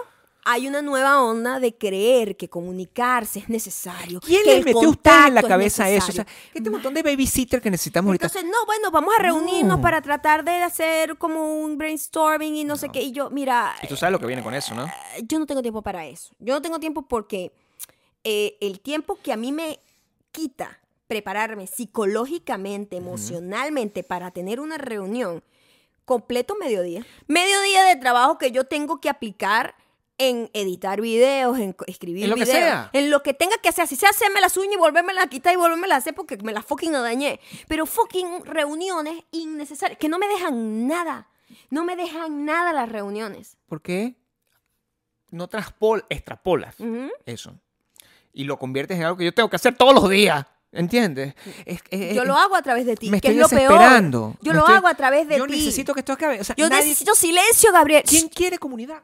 hay una nueva onda de creer que comunicarse es necesario.
¿Quién
que
le
el
metió a usted en la
contacto es
cabeza eso? O sea,
necesario.
este montón de babysitter que necesitamos ahorita.
Entonces, no, bueno, vamos a reunirnos
No.
para tratar de hacer como un brainstorming y no, sé qué. Y yo, mira,
Y tú sabes lo que viene con eso, ¿no?
eh, yo no tengo tiempo para eso. Yo no tengo tiempo porque eh, el tiempo que a mí me quita prepararme psicológicamente, emocionalmente para tener una reunión, completo mediodía. Mediodía de trabajo que yo tengo que aplicar en editar videos, en co- escribir
En lo que
videos,
sea.
en lo que tenga que hacer. Si sea hacerme las uñas y volvérmelas a quitar y volvérmelas a hacer porque me las fucking dañé. Pero fucking reuniones innecesarias, que no me dejan nada. No me dejan nada las reuniones.
Porque no transpol, extrapolas
Ujú.
eso. Y lo conviertes en algo que yo tengo que hacer todos los días. ¿Entiendes? Es- es-
Yo
es-
lo hago a través de ti,
eh, me
que
estoy
es lo peor.
desesperando.
Yo lo
Me estoy-
hago a través de
Yo
ti.
necesito que esto acabe. O sea,
Yo
nadie-
necesito silencio, Gabriel.
¿Quién quiere comunidad?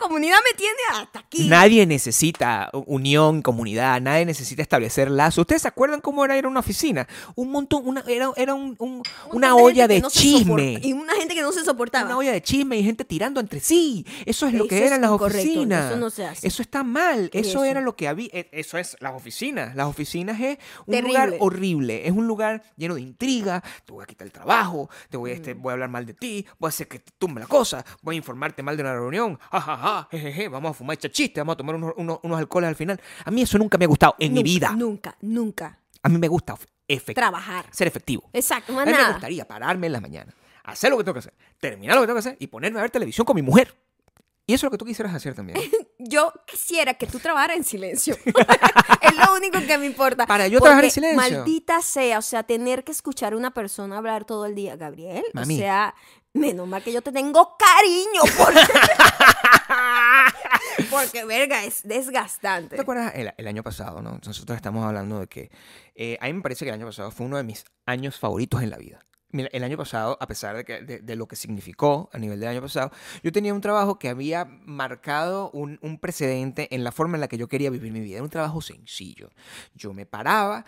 La comunidad me tiene hasta aquí.
Nadie necesita u- unión, comunidad, nadie necesita establecer lazos. ¿Ustedes se acuerdan cómo era ir a una oficina? Un montón, una, era, era un- un-
Un
una
montón
olla
gente
de
que no se
chisme.
soporta- Y una gente que no se soportaba.
Una olla de chisme y gente tirando entre sí. Eso es lo
Eso
que eran
es
las
incorrecto,
oficinas.
eso no se hace.
Eso está mal. Eso,
Eso.
era lo que había. e- Eso es las oficinas. Las oficinas es un
Terrible.
lugar horrible. Es un lugar lleno de intriga. Te voy a quitar el trabajo. Te voy a, este,
Mm.
voy a hablar mal de ti. Voy a hacer que te tumbe la cosa. Voy a informarte mal de una reunión. Ja, ja, ja, jejeje, Vamos a fumar chachiste. Vamos a tomar unos, unos- unos alcoholes al final. A mí eso nunca me ha gustado en mi
Nunca,
vida.
Nunca, nunca.
A mí me gusta efect-
Trabajar.
ser efectivo.
Exacto,
A
más
mí me
nada.
gustaría pararme en la mañana, hacer lo que tengo que hacer, terminar lo que tengo que hacer y ponerme a ver televisión con mi mujer. Y eso es lo que tú quisieras hacer también.
Yo quisiera que tú trabajaras en silencio. es lo único que me importa.
Para yo trabajar en
Porque,
silencio.
Maldita sea, o sea, tener que escuchar a una persona hablar todo el día, Gabriel.
Mami.
O sea, menos mal que yo te tengo cariño porque, porque verga, es
¿Tú
desgastante.
¿Te acuerdas el, el año pasado, no? Nosotros estamos hablando de que eh, a mí me parece que el año pasado fue uno de mis años favoritos en la vida. Mira, el año pasado, a pesar de, que- de- de lo que significó a nivel del año pasado, yo tenía un trabajo que había marcado un, un precedente en la forma en la que yo quería vivir mi vida. Era un trabajo sencillo. Yo me paraba,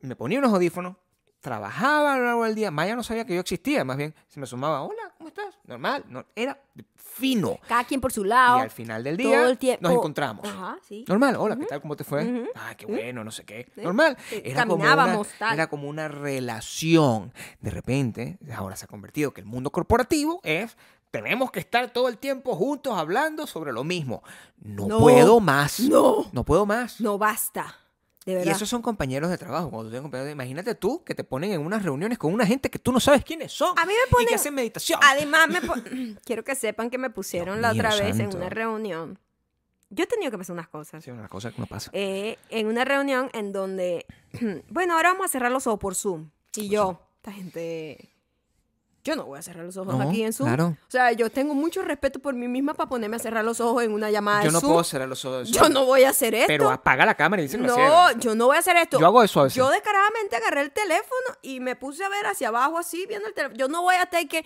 me ponía unos audífonos, trabajaba a lo largo del día. Maya no sabía que yo existía, más bien se me sumaba, hola, ¿cómo estás? Normal, no, era fino.
Cada quien por su
Y
lado.
al final del
todo
día
el tiempo.
nos encontramos.
Ajá, sí.
Normal, hola, ¿qué tal? ¿Cómo te fue?
Ujú.
Ah, qué bueno, no sé qué.
Sí.
Normal.
Sí,
Era como, una,
caminábamos, tal.
era como una relación. De repente, ahora se ha convertido que el mundo corporativo es, tenemos que estar todo el tiempo juntos hablando sobre lo mismo. No,
No.
puedo más.
No,
No puedo más.
no basta. De
Y
verdad.
esos son compañeros de trabajo. Cuando tú tienes compañeros de- imagínate tú que te ponen en unas reuniones con una gente que tú no sabes quiénes son.
A mí me
Y que
ponen-
hacen meditación.
Además, me po- quiero que sepan que me pusieron
Dios
la
mío,
otra vez en
santo.
una reunión. Yo he tenido que pasar unas cosas.
Sí, una cosa que no pasa.
Eh, en una reunión en donde, bueno, ahora vamos a cerrar los ojos por Zoom. Y yo, esta gente, yo no voy a cerrar los ojos
No,
aquí en Zoom.
claro.
O sea, yo tengo mucho respeto por mí misma para ponerme a cerrar los ojos en una llamada
Yo
de
no
Zoom.
puedo cerrar los ojos.
yo no voy a hacer esto.
Pero apaga la cámara y dice que la cierra.
no, yo no voy a hacer esto.
Yo hago eso a veces.
Yo descaradamente agarré el teléfono y me puse a ver hacia abajo así, viendo el teléfono. Yo no voy a estar que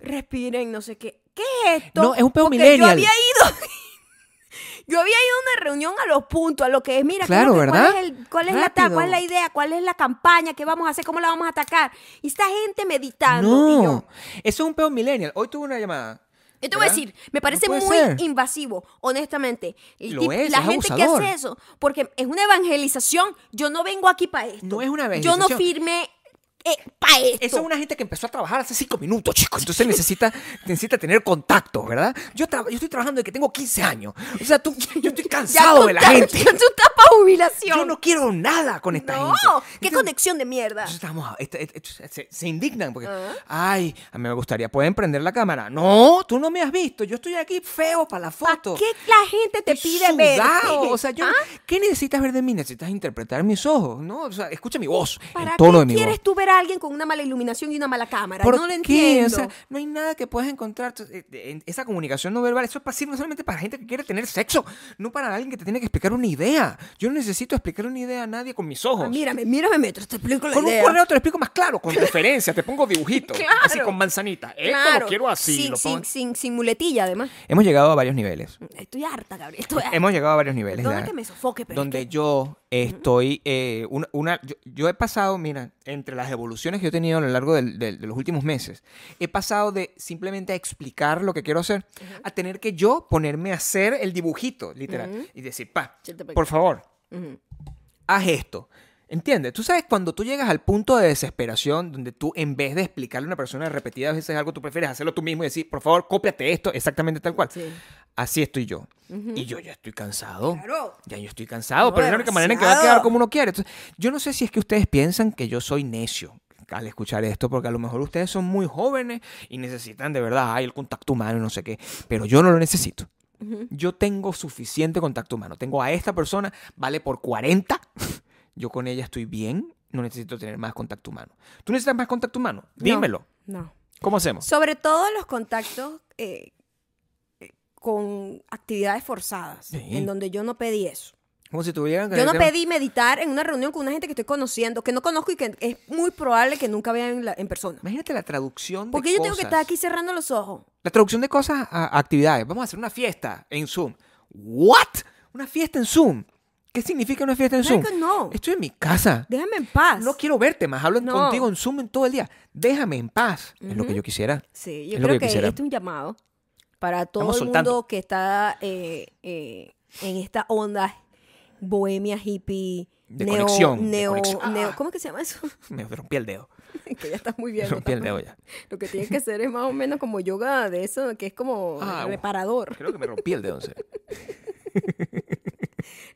respiren, no sé qué. ¿Qué es esto?
No, es un pedo
Porque
millennial.
Yo había ido. yo había ido a una reunión a los puntos, a lo que es, mira, ¿qué es
Claro,
lo que-
¿verdad?
¿cuál es, el- cuál es la ta-
Rápido.
cuál es la idea? ¿Cuál es la campaña? ¿Qué vamos a hacer? ¿Cómo la vamos a atacar? Y esta gente meditando. y yo,
No, eso es un pedo millennial. Hoy tuve una llamada.
yo te voy a
¿verdad?
decir, me parece
No puede
muy
ser.
invasivo, honestamente. El
Lo
tip-
es,
la
es
gente
abusador.
que hace eso, porque es una evangelización. Yo no vengo aquí para esto.
No es una
Yo no
evangelización.
firmé para esto.
Eso es una gente que empezó a trabajar hace cinco minutos, chicos. Entonces necesita, necesita tener contactos, ¿verdad? Yo, tra- yo estoy trabajando desde que tengo 15 años. O sea, tú, yo estoy
Ya
cansado
tú
de la
estás-
gente.
ya tú estás pa' jubilación.
Yo no quiero nada con esta
No,
gente.
qué
Entonces-
conexión de mierda.
Entonces estamos, est- est- est- este, se, se indignan porque,
Ah.
ay, a mí me gustaría, ¿pueden prender la cámara? No, tú no me has visto, yo estoy aquí feo para la
¿Para
foto.
qué la gente te
Estoy
pide ¿Ah? ver?
sudado, O sea, yo, ¿qué necesitas ver de mí? Necesitas interpretar mis ojos, ¿no? O sea, escucha mi voz,
¿Para
el tono
qué
de mi
quieres
voz.
tú ver ser alguien con una mala iluminación y una mala cámara. no lo entiendo.
O sea, no hay nada que puedas encontrar. eh, En esa comunicación no verbal, eso es pasivo no solamente para gente que quiere tener sexo, no para alguien que te tiene que explicar una idea. Yo no necesito explicar una idea a nadie con mis ojos.
Ah, mírame, mírame mientras te explico la
con
idea.
un correo te lo explico más claro, con referencia, te pongo dibujito,
Claro.
así con manzanita. Esto
Claro.
lo quiero así.
Sin,
lo
sin-
pongo-
sin- sin muletilla, además.
Hemos llegado a varios niveles.
Estoy harta, Gabriel. Estoy harta.
Hemos llegado a varios niveles.
Perdona
ya.
que me sofoque, pero.
donde yo estoy, eh, una, una- yo, yo he pasado, mira, entre las evoluciones que yo he tenido a lo largo del- del- de los últimos meses, he pasado de simplemente a explicar lo que quiero hacer, a tener que yo ponerme a hacer el dibujito, literal, y decir, pa,
Cierto, porque-
por favor,
Ujú.
haz esto. ¿Entiendes? Tú sabes, cuando tú llegas al punto de desesperación, donde tú en vez de explicarle a una persona repetidas veces algo, tú prefieres hacerlo tú mismo y decir, por favor, cópiate esto exactamente tal cual.
Sí.
Así estoy yo. Y yo ya estoy cansado.
Claro.
Ya yo estoy cansado,
No,
pero es la única manera en que va a
demasiado.
quedar como uno quiere. Entonces, yo no sé si es que ustedes piensan que yo soy necio al escuchar esto, porque a lo mejor ustedes son muy jóvenes y necesitan de verdad ay, el contacto humano y no sé qué, pero yo no lo necesito. Yo tengo suficiente contacto humano. Tengo a esta persona, vale por 40. Yo con ella estoy bien. No necesito tener más contacto humano. ¿Tú necesitas más contacto humano? Dímelo.
No.
¿Cómo hacemos?
Sobre todo los contactos eh, eh, con actividades forzadas,
Sí.
en donde yo no pedí eso.
Como si tuvieran que-
Yo no pedí meditar en una reunión con una gente que estoy conociendo, que no conozco y que es muy probable que nunca vea en, la- en persona.
Imagínate la traducción de
Porque yo tengo que
cosas.
estar aquí cerrando los ojos.
La traducción de cosas a actividades. Vamos a hacer una fiesta en Zoom. ¿What? ¿Una fiesta en Zoom? ¿Qué significa una fiesta en Zoom?
Marico, no.
Estoy en mi casa.
Déjame en paz.
No quiero verte más. Hablo en-
No.
contigo en Zoom en todo el día. Déjame en paz. Es lo que yo quisiera.
Sí,
Es
yo
lo
creo
que
que,
quisiera.
este es un llamado para todo
Estamos
el
soltando.
mundo que está eh, eh, en esta onda bohemia hippie.
De
neo-
conexión, de
neo-
conexión.
neo-
Ah.
¿Cómo que se llama eso?
Me rompí el dedo.
que ya estás muy
Me
bien.
rompí el dedo ya.
Lo que tienes que hacer es más o menos como yoga de eso, que es como
Ah, uf.
reparador.
Creo que me rompí el dedo. en serio.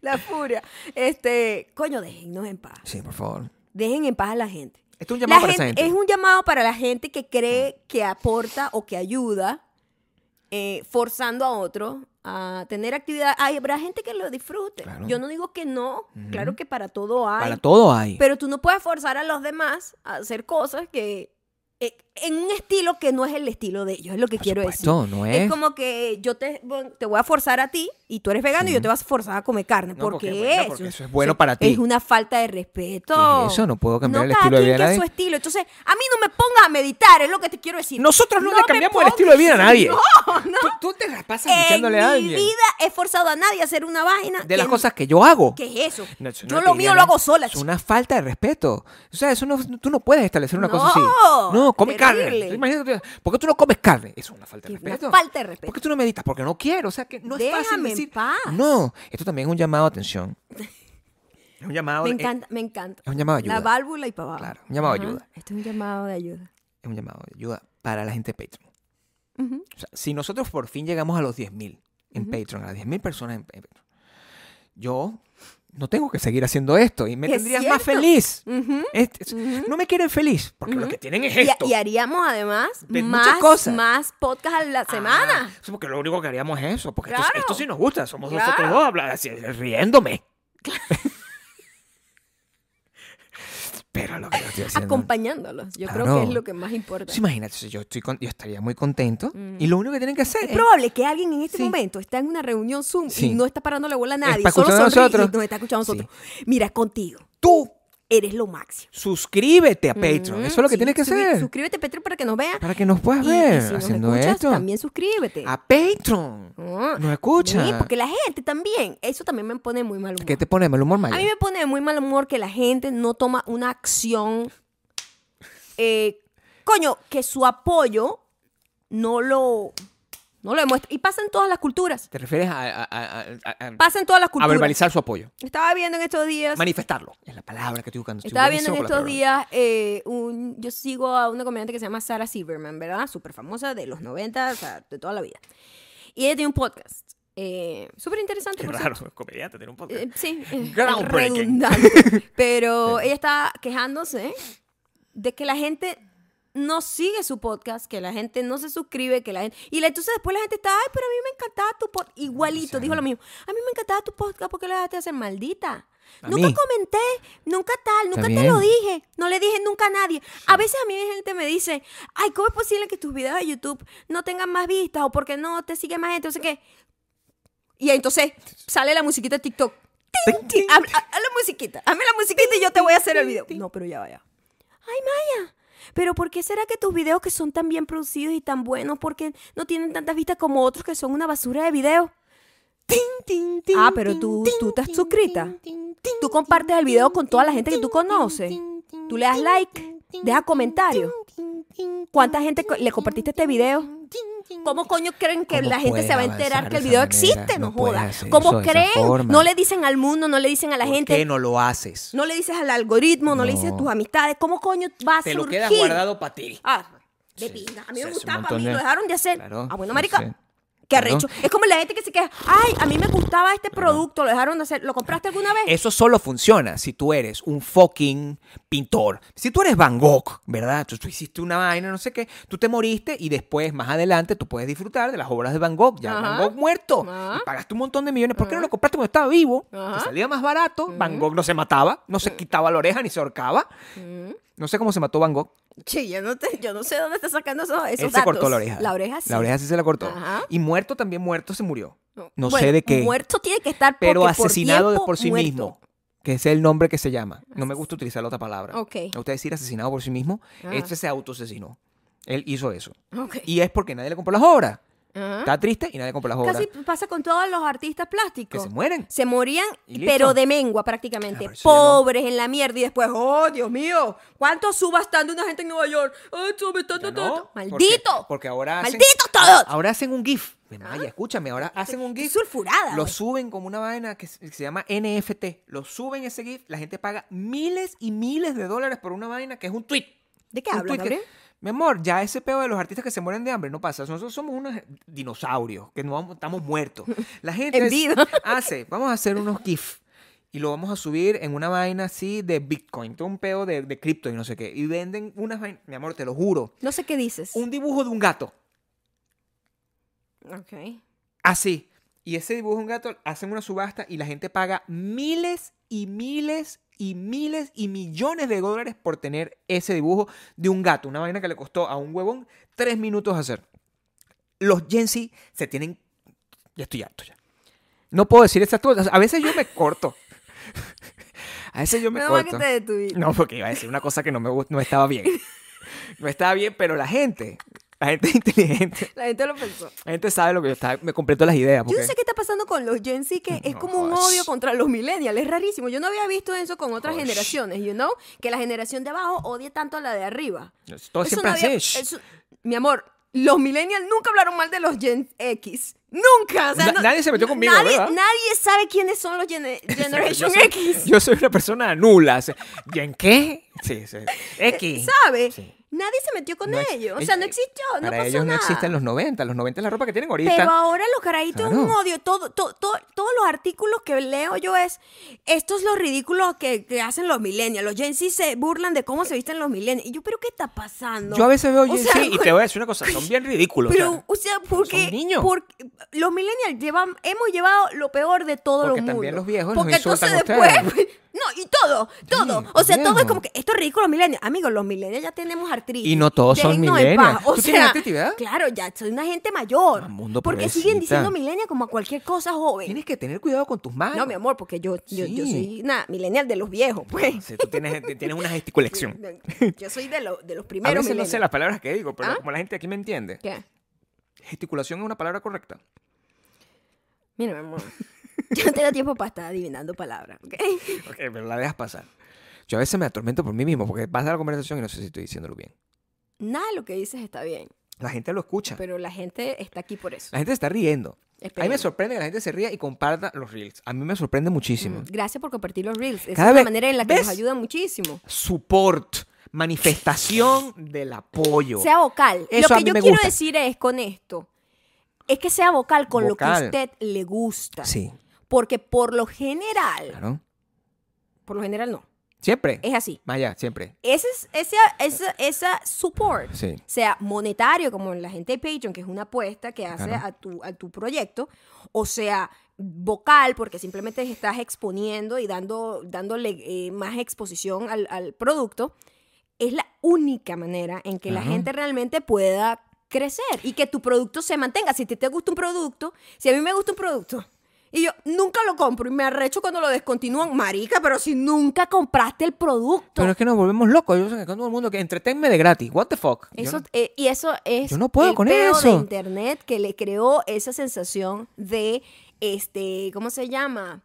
La furia. Este, coño, déjennos en paz.
Sí, por favor.
Dejen en paz a la gente.
Esto es un llamado
La
para Ah. esa gente.
Es un llamado para la gente que cree que aporta o que ayuda, eh, forzando a otro a tener actividad. Ay, habrá gente que lo disfrute.
Claro.
Yo no digo que no, claro que para todo hay.
Para todo hay.
Pero tú no puedes forzar a los demás a hacer cosas que eh, en un estilo que no es el estilo de ellos, es lo que
Por
quiero
supuesto,
decir.
no
es...
es.
como que yo te, bueno, te voy a forzar a ti y tú eres vegano y yo te vas a forzar a comer carne.
No,
porque,
porque, bueno, porque eso es bueno para ti.
Es una falta de respeto.
¿Qué es eso? No puedo
No,
cambiar el
cada
estilo de
quien
vida de
que es su
nadie.
estilo. Entonces, a mí no me pongas a meditar, es lo que te quiero decir.
Nosotros no, le
me
cambiamos el
pongas-
estilo de vida a nadie.
No, no.
Tú, tú te la pasas
En
diciéndole a
mi
alguien.
vida he forzado a nadie a hacer una vaina.
de las
que-
cosas que yo hago.
¿Qué es eso?
No, eso
yo lo
no te
mío
diría
lo
nada.
hago sola.
Es una falta de respeto. O sea, eso no, tú no puedes establecer una cosa así.
No,
No, come
terrible.
carne. Tú imagínate, ¿Por qué tú no comes carne? Eso es una falta de
Es una
respeto.
falta de respeto.
¿Por qué tú no meditas? Porque no quiero. O sea, que no es fácil
Déjame en
decir.
paz.
No, esto también es un llamado a atención. Es un llamado.
Me
eh,
encanta, me encanta.
es un llamado de
La
ayuda.
válvula y para abajo.
Claro, un llamado de
Ajá,
ayuda.
Esto es un llamado de ayuda.
es un llamado de ayuda para la gente de Patreon.
Ujú.
O sea, si nosotros por fin llegamos a los 10.000 en Patreon, a las 10.000 personas en, en Patreon, yo no tengo que seguir haciendo esto y me
Es
tendrías más
cierto.
feliz.
Ujú.
Este- es- No me quieren feliz, porque lo que tienen es
Y,
esto.
y haríamos además
De
más,
muchas cosas.
más podcast a la semana.
Ah, sí, porque lo único que haríamos es eso, porque esto,
Claro.
esto sí nos gusta, somos
Claro.
nosotros dos hablando así, riéndome. Pero lo que yo estoy haciendo...
Acompañándolos. Yo creo
Claro.
que es lo que más importa.
Sí, imagínate, si yo, estoy con- yo estaría muy contento
Mm.
y lo único que tienen que hacer
es probable que alguien en este
eh, Sí.
momento está en una reunión Zoom y
Sí.
no está parando la bola a nadie.
Está
solo
escuchando a
sonríe
nosotros.
y nos está escuchando a
Sí.
nosotros. Mira, contigo.
tú
Eres lo máximo.
suscríbete a Patreon. Eso es lo que
Mm, Sí,
tienes que
suscrí-
hacer.
Suscríbete, Petro, para que nos veas.
Para que nos puedas
Y- y
ver
si nos
haciendo
escuchas,
esto.
también suscríbete.
A Patreon.
Ah,
Nos escucha.
Sí, porque la gente también, eso también me pone muy mal humor.
¿Qué te pone de mal humor,
A
Maya?
mí me pone de muy mal humor que la gente no toma una acción. eh, coño, que su apoyo no lo, no lo demuestra. Y pasa en todas las culturas.
¿Te refieres a, a- a- a- a- a-
Pasa en todas las
a
culturas.
verbalizar su apoyo?
Estaba viendo en estos días.
Manifestarlo. Es la palabra que estoy buscando. Estoy
Estaba viendo
buenísimo
en
con las
estos
palabras.
días eh, un. Yo sigo a una comediante que se llama Sarah Silverman, ¿verdad? Súper famosa de los 90, o sea, de toda la vida. Y ella tiene un podcast. eh, Súper interesante,
Qué
por
raro, comediante, tiene un podcast.
Eh, sí, eh,
Groundbreaking.
redundante. Pero ella está quejándose de que la gente no sigue su podcast, que la gente no se suscribe, que la gente... Y la- entonces después la gente está, ay, pero a mí me encantaba tu podcast. Igualito, dijo lo mismo. A mí me encantaba tu podcast porque lo dejaste de hacer maldita.
A
nunca
mí.
comenté, nunca tal, nunca te
bien.
lo dije, no le dije nunca a nadie. A veces a mí mi gente me dice, ay, ¿cómo es posible que tus videos de YouTube no tengan más vistas o porque no te sigue más gente? O sea que... Y entonces sale la musiquita de TikTok.
Tic, tic.
Haz la musiquita, hazme la musiquita y yo te voy a hacer el video. No, pero ya vaya. Ay, Maya, pero ¿por qué será que tus videos que son tan bien producidos y tan buenos, porque no tienen tantas vistas como otros que son una basura de videos? Ah, pero tú, tú estás suscrita. Tú compartes el video con toda la gente que tú conoces. Tú le das like, dejas comentarios. ¿Cuánta gente co- le compartiste este video? ¿Cómo coño creen que
¿Cómo
la gente
puedes
se va a
avanzar
enterar
de
que el
esa
video
manera?
existe? No,
No puedes
joda.
hacer eso
¿Cómo
de esa
creen?
forma.
No le dicen al mundo, no le dicen a la
¿Por
gente.
qué no lo haces?
No le dices al algoritmo, no, le dices a
No.
tus amistades. ¿Cómo coño va a
Te lo
surgir?
quedas guardado para ti.
Ah, de
Sí,
pinga. A mí
o sea,
me
es un
gustaba, a
montón
mí
de-
lo dejaron de hacer.
Claro,
ah, bueno,
sí,
marica.
sí.
Qué
Claro.
arrecho. Es como la gente que se queja, ay, a mí me gustaba este producto, lo dejaron de hacer. ¿Lo compraste alguna vez?
Eso solo funciona si tú eres un fucking pintor. Si tú eres Van Gogh, ¿verdad? Tú, tú hiciste una vaina, no sé qué, tú te moriste y después, más adelante, tú puedes disfrutar de las obras de Van Gogh. Ya Van
Ajá.
Gogh muerto.
Ajá.
Y pagaste un montón de millones. ¿Por qué no lo compraste cuando estaba vivo?
Ajá. Mm.
Te salía más barato. Van Gogh no se mataba, no se quitaba la oreja ni se ahorcaba.
Mm.
No sé cómo se mató Van Gogh.
Che, yo no, te- yo no sé dónde está sacando esos, esos
Él
datos.
se cortó la oreja.
La oreja sí.
La oreja sí se la cortó.
Ajá.
Y muerto también, muerto se murió. No
Bueno,
sé de qué.
Muerto tiene que estar porque
pero
por
asesinado de
tiempo,
por sí
muerto.
mismo. Que es el nombre que se llama. No me gusta utilizar la otra palabra.
Ok.
A usted decir asesinado por sí mismo,
Ah.
este se autoasesinó. Él hizo eso.
Ok.
Y es porque nadie le compró las obras.
Ajá.
Está triste y nadie le compró las obras.
Ah. Casi pasa con todos los artistas
Que
plásticos.
se mueren.
Se morían,
Y listo.
pero de mengua prácticamente.
Ah, pero eso ya no.
Pobres en la mierda. Y después, oh, Dios mío, ¿cuánto subastando una gente en Nueva York? Ay, subastando
Ya
todo.
no,
¡Maldito!
Porque, porque ahora hacen-
¡Malditos todos!
Ahora hacen un GIF. Maya, escúchame, ahora hacen un
Estoy
GIF.
sulfurada.
Lo
güey.
suben como una vaina que se que se llama NFT. Lo suben ese GIF, la gente paga miles y miles de dólares por una vaina que es un tweet.
¿De qué
un
hablas,
tuit que-
Gabriel?
Mi amor, ya ese peo de los artistas que se mueren de hambre no pasa. Nosotros somos unos dinosaurios, que no vamos- estamos muertos. La gente
En
es-
vida.
hace, vamos a hacer unos GIF y lo vamos a subir en una vaina así de Bitcoin, todo un peo de, de cripto y no sé qué. Y venden unas vainas, mi amor, te lo juro,
No sé qué dices.
un dibujo de un gato,
Ok.
así. Y ese dibujo de un gato hacen una subasta y la gente paga miles y miles y miles y millones de dólares por tener ese dibujo de un gato, una vaina que le costó a un huevón tres minutos hacer. los Gen Z se tienen. Ya estoy harto ya. No puedo decir estas cosas. A veces yo me corto. A veces yo me
Menos mal
corto.
que te detuviste.
No, porque iba a decir una cosa que no me gust- no estaba bien. No estaba bien, pero la gente, la gente inteligente,
La gente lo pensó.
la gente sabe lo que yo estaba. Me completo las ideas.
Yo
Porque
no sé qué está pasando con los Gen Z, que es
No
como un
jodas.
odio contra los millennials, es rarísimo. Yo no había visto eso con otras
Joder.
generaciones, you know, que la generación de abajo odie tanto a la de arriba.
todo
Eso
siempre
no había-
así.
eso- mi amor, los millennials nunca hablaron mal de los Gen X. Nunca. o sea,
Na-
no-
nadie se metió
no-
conmigo,
nadie,
¿verdad?
nadie sabe quiénes son los Gen- Generation
yo soy,
X.
Yo soy una persona nula. o sea, ¿Y en qué? Sí, sí. X.
¿Sabe?
Sí.
Nadie se metió con
No ex- eh,
ellos. O sea, no existió. No
Para
pasó
ellos no
nada.
existen los 90. Los 90 es la ropa que tienen ahorita.
Pero ahora los carajitos es un
Claro.
odio. Todo, todo, todo- todos los artículos que leo yo es, esto es lo ridículo que, que hacen los millennials. Los Gen Z se burlan de cómo se visten los millennials. Y yo, ¿pero qué está pasando?
Yo a veces veo
O
Gen
sea,
Z y te voy a decir una cosa, son bien ridículos. o
Pero,
sea,
o sea, porque,
niños.
porque los millennials llevan, hemos llevado lo peor de todos los
Porque
mundos.
también los viejos nos
Porque entonces
insultan a
después... pues,
ustedes.
No, y todo, todo.
Sí,
o sea,
los
todo es
viejos.
como que esto es ridículo, los millennials. Amigos, los millennials ya tenemos artritis.
Y no todos son
déjennos en
millennials.
paz. O
¿Tú
sea,
tienes artritis, verdad?
Claro, ya soy una gente mayor.
Ah, mundo
porque siguen
pobrecita.
diciendo millennials como a cualquier cosa joven.
tienes que tener cuidado con tus manos.
No, mi amor, porque yo, yo, yo
Sí.
soy una millennial de los viejos,
O
pues.
sea, tú tienes, te- tienes una gesticulación.
Yo soy de, lo- de los
A
primeros
veces no sé
millennials.
las palabras que digo, pero
¿Ah?
como la gente aquí me entiende.
¿Qué?
Gesticulación es una palabra correcta.
Mira, mi amor. Yo no tengo tiempo para estar adivinando palabras, ¿ok?
Ok, pero la dejas pasar. Yo a veces me atormento por mí mismo porque pasa la conversación y no sé si estoy diciéndolo bien.
Nada de lo que dices está bien,
La gente lo escucha.
pero la gente está aquí por eso.
La gente se está riendo. A mí me
Esperemos.
sorprende que la gente se ría y comparta los reels. A mí me sorprende muchísimo.
Mm, Gracias por compartir los reels. Esa
Cada
es la
vez-
manera en la que
¿ves?
nos ayuda muchísimo.
Support, manifestación del apoyo.
Sea vocal.
Eso
lo
a
que
mí
yo
me
quiero
gusta.
decir es con esto. Es que sea vocal con lo que
Vocal.
a usted le gusta.
Sí,
Porque por lo general,
claro.
por lo general no,
Siempre.
es así.
Maya, siempre.
Ese, es- ese, ese, esa support,
Sí.
sea monetario como la gente de Patreon, que es una apuesta que hace
Claro.
a, tu, a tu proyecto, o sea vocal porque simplemente estás exponiendo y dando, dándole eh, más exposición al, al, producto, es la única manera en que Ajá. la gente realmente pueda crecer y que tu producto se mantenga. Si a ti te gusta un producto, si a mí me gusta un producto y yo nunca lo compro y me arrecho cuando lo descontinúan, marica, pero si nunca compraste el producto.
Pero es que nos volvemos locos. Yo sé que todo el mundo que entretenme de gratis. What the fuck.
Eso,
no,
eh, y eso es
yo no puedo
el
con
peo
eso.
de internet que le creó esa sensación de este, ¿cómo se llama?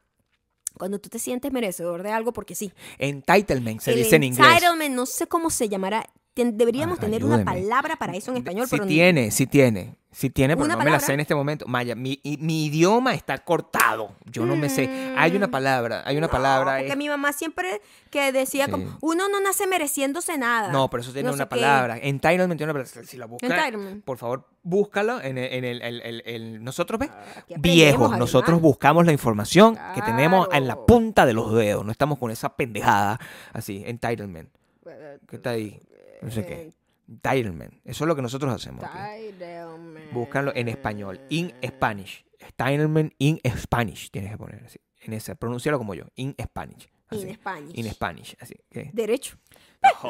Cuando tú te sientes merecedor de algo porque sí.
Entitlement se
el
dice en inglés.
Entitlement, no sé cómo se llamará. Ten, deberíamos
Ah,
tener
ayúdeme.
una palabra para eso en español,
Si
pero no-
tiene, si tiene. Si tiene, pero
Una
no me la
palabra.
sé en este momento. Maya, mi, i- mi idioma está cortado. Yo no me sé. Hay una palabra, hay una
Mm. No,
palabra.
Porque
es-
mi mamá siempre que decía
Sí.
como, uno no nace mereciéndose nada.
No, pero eso tiene
No sé
una
qué.
palabra. Entitlement tiene una palabra. Si la buscas,
Entitlement.
por favor, búscala en el... en el- el- el- el- nosotros, ¿ves?
aquí aprendemos,
Viejos,
además.
nosotros buscamos la información que tenemos en la
Claro.
punta de los dedos. No estamos con esa pendejada así. Entitlement.
Eh,
¿Qué está ahí? No sé qué. Entitlement. Eso es lo que nosotros hacemos. aquí.
Entitlement.
Búscalo en español. In Spanish. Steinman in Spanish. Tienes que poner así. En ese. Pronunciarlo como yo. In Spanish. Así.
In Spanish.
In Spanish. Así. ¿qué?
Derecho.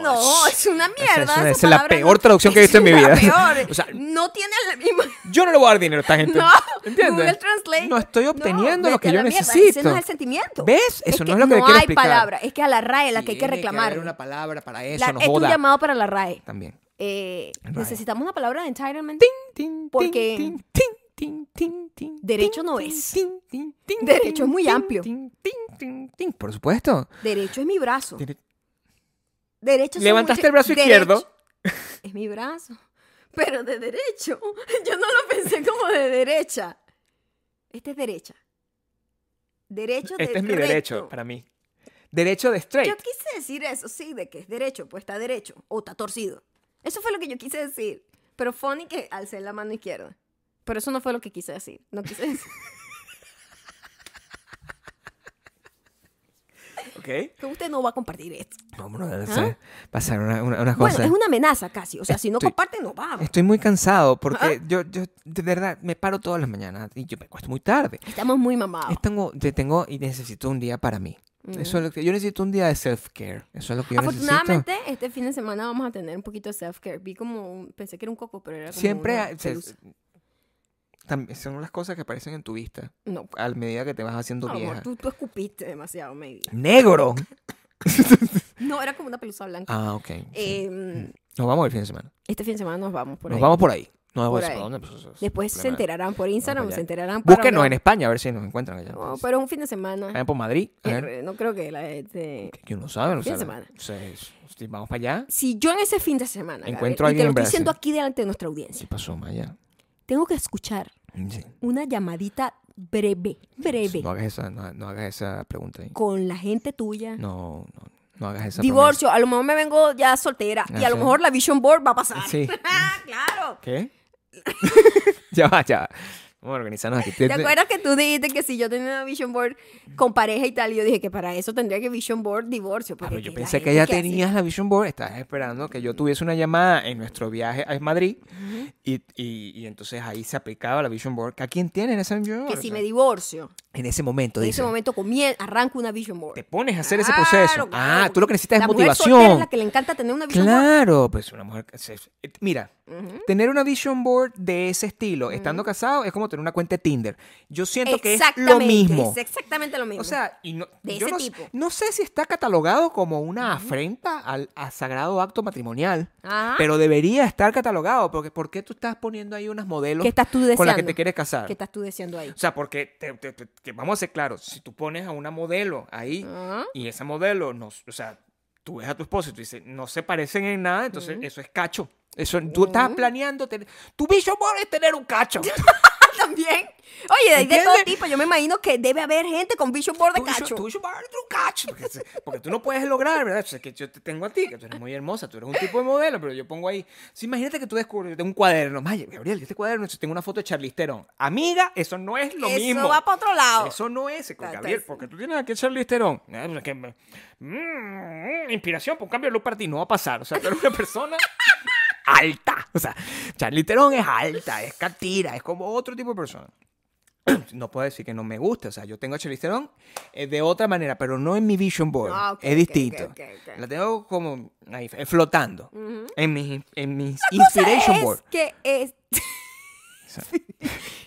No, es una mierda.
es una-
esa
esa es la
palabra
peor traducción que he visto en mi
es la
vida.
peor.
O sea-
no tiene la misma.
Yo no le voy a dar dinero a esta gente.
No,
¿Entiendes?
Google Translate.
No estoy obteniendo
No,
lo que
vete
yo
a la mierda,
necesito.
Ese no es el sentimiento.
¿Ves? Eso no es lo que
no
quiero
hay
explicar.
palabra. Es que a la RAE la que hay que
Tiene
reclamar.
haber una palabra para eso.
La-
no
es un
joda.
llamado para la RAE.
También.
Eh,
RAE.
Necesitamos una palabra de entitlement.
Tin, tin,
Porque-
tin, tin, tin, tin,
Derecho
tin,
no
tin,
es.
tin, tin, tin,
Derecho
tin,
es muy
tin,
amplio.
tin, tin, tin, tin. Por supuesto.
Derecho es mi brazo.
Tiene-
Derecho son
Levantaste
mucho-
el brazo
derecho-
izquierdo.
Es mi brazo. Pero de derecho. Yo no lo pensé como de derecha. Este es derecha. Derecho de
Este es mi
recto.
derecho para mí. Derecho de
Yo
straight.
quise decir eso, sí, de que es derecho, pues está derecho o está torcido. Eso fue lo que yo quise decir. Pero funny que alcé la mano izquierda. Pero eso no fue lo que quise decir. No quise decir.
Ok.
que usted no va a compartir esto.
Vamos a hacer- pasar una, una, una
¿Ah? Bueno,
cosa.
es una amenaza casi. O sea, si no
Estoy-
comparte, no vamos.
Estoy muy cansado
Ah.
porque yo, yo, de verdad, me paro todas las mañanas y yo me acuesto muy tarde.
Estamos muy mamados.
Tengo, te tengo y necesito un día para mí.
Mm.
Eso es lo que yo necesito un día de self-care. Eso es lo que yo necesito.
Afortunadamente, este fin de semana vamos a tener un poquito de self-care. Vi como, un- pensé que era un coco, pero era como
Siempre
una
hay- se-
pelusa.
También son las cosas que aparecen en tu vista
No,
a medida que te vas haciendo
a lo
vieja.
mejor tú, tú escupiste demasiado, maybe.
¡Negro!
No, era como una pelusa blanca.
Ah, ok. sí.
Eh,
Nos vamos el fin de semana.
este fin de semana nos vamos por
Nos
ahí.
vamos por ahí. No
Por
vamos
ahí.
¿Dónde? Pues, eso es
Después se
problema.
enterarán por Instagram,
Vamos
se
allá.
enterarán por...
Búsquenos en España a ver si nos encuentran allá.
No,
pues.
pero un fin de semana.
Vayan por Madrid. a ver.
Eh, No creo que la este, gente...
Que uno sabe, no
Fin de
sabe.
semana.
O sea, es- si vamos para allá.
Si yo en ese fin de semana, Gabriel,
Encuentro a
y te
alguien
lo
en
estoy
Brasil.
diciendo aquí delante de nuestra
¿Qué
audiencia,
pasó, Maya?
tengo que escuchar
Sí.
una llamadita breve, breve,
No hagas esa, no, no hagas esa pregunta ahí.
con la gente tuya.
No, no, no hagas esa
Divorcio, a lo mejor me vengo ya soltera y a
Ah,
lo
sí.
mejor la vision board va a pasar.
Sí.
claro.
pregunta. ¿Qué? ya va, ya va. Vamos a organizarnos aquí.
¿Te acuerdas que tú dijiste que si yo tenía una vision board con pareja y tal, y yo dije que para eso tendría que vision board divorcio?
Ah,
Porque
pero yo
la
pensé que
gente
ya
hace-
tenías la Vision Board. Estabas esperando que yo tuviese una llamada en nuestro viaje a Madrid. y, y- y entonces ahí se aplicaba la Vision Board. ¿Que ¿A quién tienen esa Vision Board?
Que
O
si
sea,
me divorcio,
En ese momento,
en
dice.
ese momento comien- arranco una vision board.
Te pones a hacer ese
Claro,
proceso.
claro,
ah, tú lo que necesitas
la
es
mujer soltera es
motivación.
la que le encanta tener una vision board.
Claro, pues una mujer. que se- Mira, tener una vision board de ese estilo, estando casado, es como tener una cuenta de Tinder. Yo siento que es lo mismo.
Es exactamente lo mismo.
O sea, y no,
De
yo
ese
no,
tipo.
no sé si está catalogado como una afrenta al, al sagrado acto matrimonial,
Ajá.
pero debería estar catalogado, porque ¿por qué tú estás poniendo ahí unas modelos
¿Qué estás tú deseando?
con las que te quieres casar?
¿Qué estás tú deseando ahí?
O sea, porque te- te- te- que vamos a ser claros, si tú pones a una modelo ahí
Ajá.
y esa modelo, no, o sea, tú ves a tu esposo y tú dices, no se parecen en nada, entonces eso es cacho. Eso, tú estás planeando tener... Tu bicho amor es tener un cacho.
También. Oye, hay de
¿Entiendes?
todo tipo. Yo me imagino que debe haber gente con vision board de
Tu bicho-
cacho.
Tu bicho amor es tener un cacho. Porque, se- porque tú no puedes lograr, ¿verdad? O sea, que yo te tengo a ti, que tú eres muy hermosa, tú eres un tipo de modelo, pero yo pongo ahí... Sí, imagínate que tú descubres, yo tengo un cuaderno. Maya, Gabriel, este cuaderno, yo tengo una foto de Charlize Theron. Amiga, eso no es lo
Eso
mismo.
va para otro lado.
Eso no es,
Ta- ta-
Gabriel, porque tú tienes aquí a Charlize Theron. Ah, pues es que me- Mm, inspiración por un cambio de look para ti. No va a pasar. O sea, tú eres una persona alta. O sea, Charlize Theron es alta, es catira, es como otro tipo de persona. no puedo decir que no me gusta. O sea, yo tengo a Charlize Theron, eh, de otra manera, pero no en mi vision board.
Ah, ok,
es
ok,
distinto.
ok, ok, ok.
La tengo como ahí, eh, flotando
Ujú.
en mis, en mis
La cosa
inspiration
es
board.
que es...
sea.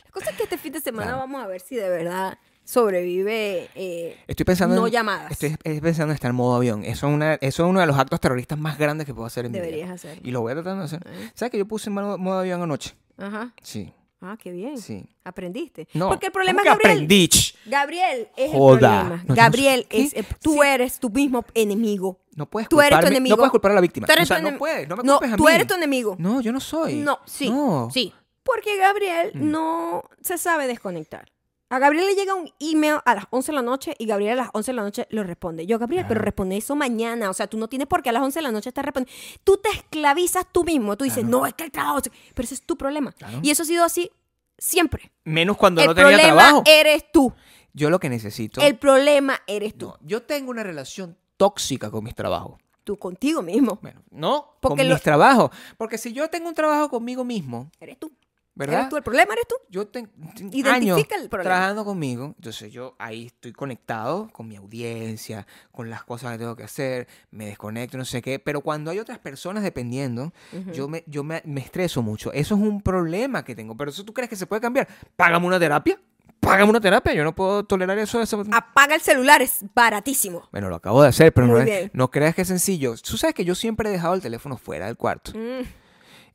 La cosa es que este fin de semana
Claro.
vamos a ver si de verdad sobrevive eh,
Estoy pensando
no
en,
llamadas.
Estoy es- pensando en estar en modo avión. Eso es, una, eso es uno de los actos terroristas más grandes que puedo hacer en mi
Deberías
vida.
hacerlo.
Y lo voy a tratar de hacer.
Ah.
¿Sabes que yo puse en modo, modo avión anoche?
Ajá.
Sí,
Ah, qué bien.
sí.
Aprendiste.
No.
Porque el problema es
¿cómo que
Gabriel.
aprendí? Ch,
Gabriel es
Joda.
el
No,
problema.
yo no
Gabriel
sé-
es
¿Qué?
tú
Sí.
eres tu mismo enemigo.
No puedes
Tú eres tu
culparme-
enemigo.
No puedes culpar a la víctima.
Tú eres
o sea,
tu
no
enem-
puedes. No me
No,
culpes a
tú
mí.
eres tu enemigo.
No, yo no soy.
No, sí.
No. Mm.
Sí. Porque Gabriel no se sabe desconectar. A Gabriel le llega un email a las 11 de la noche y Gabriel a las 11 de la noche lo responde. Yo, Gabriel, pero responde eso mañana. O sea, tú no tienes por qué a las 11 de la noche estar respondiendo. Tú te esclavizas tú mismo. Tú dices, no, es que el trabajo. Pero ese es tu problema.
Claro.
Y eso ha sido así siempre.
Menos cuando
el
no tenía
problema
trabajo.
eres tú.
Yo lo que necesito.
El problema eres tú.
No, yo tengo una relación tóxica con mis trabajos.
Tú contigo mismo.
Bueno, no
Porque
con
lo-
mis trabajos. Porque si yo tengo un trabajo conmigo mismo,
Eres tú.
¿verdad?
Eres tú. El problema eres tú.
Yo tengo
Identifica
años
el problema.
trabajando conmigo, entonces yo ahí estoy conectado con mi audiencia, con las cosas que tengo que hacer, me desconecto, no sé qué, pero cuando hay otras personas dependiendo, yo, me, yo me, me estreso mucho. Eso es un problema que tengo, pero eso tú crees que se puede cambiar. Págame una terapia, págame una terapia, yo no puedo tolerar eso. eso-
Apaga el celular. Es baratísimo.
Bueno, lo acabo de hacer, pero no,
Muy
es-
bien.
no creas que es sencillo. Tú sabes que yo siempre he dejado el teléfono fuera del cuarto.
Mm.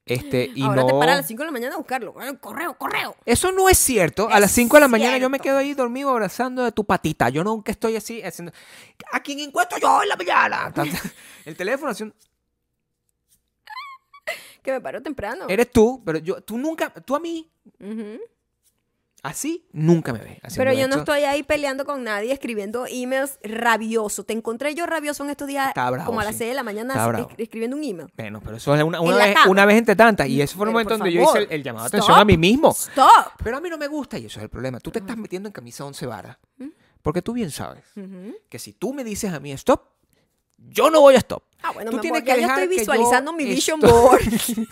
Este, y
Ahora
no...
te paras a las 5 de la mañana a buscarlo. Ay, correo, correo.
Eso no es cierto. A
Es
las 5 de la mañana yo me
cierto.
quedo ahí dormido abrazando de tu patita. Yo nunca estoy así haciendo. ¿A quién encuentro yo en la mañana? Tanta- El teléfono haciendo.
Que me paro temprano.
Eres tú, pero yo, tú nunca, tú a mí,
Ujú.
así, nunca me ves. haciendo
Pero yo no
esto.
estoy ahí peleando con nadie, escribiendo emails rabioso. Te encontré yo rabioso en estos días,
Está bravo,
como a las
sí.
6 de la mañana,
Está
es-
bravo.
escribiendo un email.
Bueno, pero eso es una, una
En la
vez,
cama.
una vez entre tantas. Y eso fue
Pero,
un momento
por
donde yo hice el,
favor,
el llamado de
stop.
atención a mí mismo.
¡Stop!
Pero a mí no me gusta y eso es el problema. Tú te estás metiendo en camisa once varas.
¿Mm?
Porque tú bien sabes
Ujú.
que si tú me dices a mí stop, yo no voy a stop.
Ah, bueno,
Tú
mi
tienes
amor,
que
ya yo
dejar
estoy
que yo
visualizando mi vision
estoy-
board.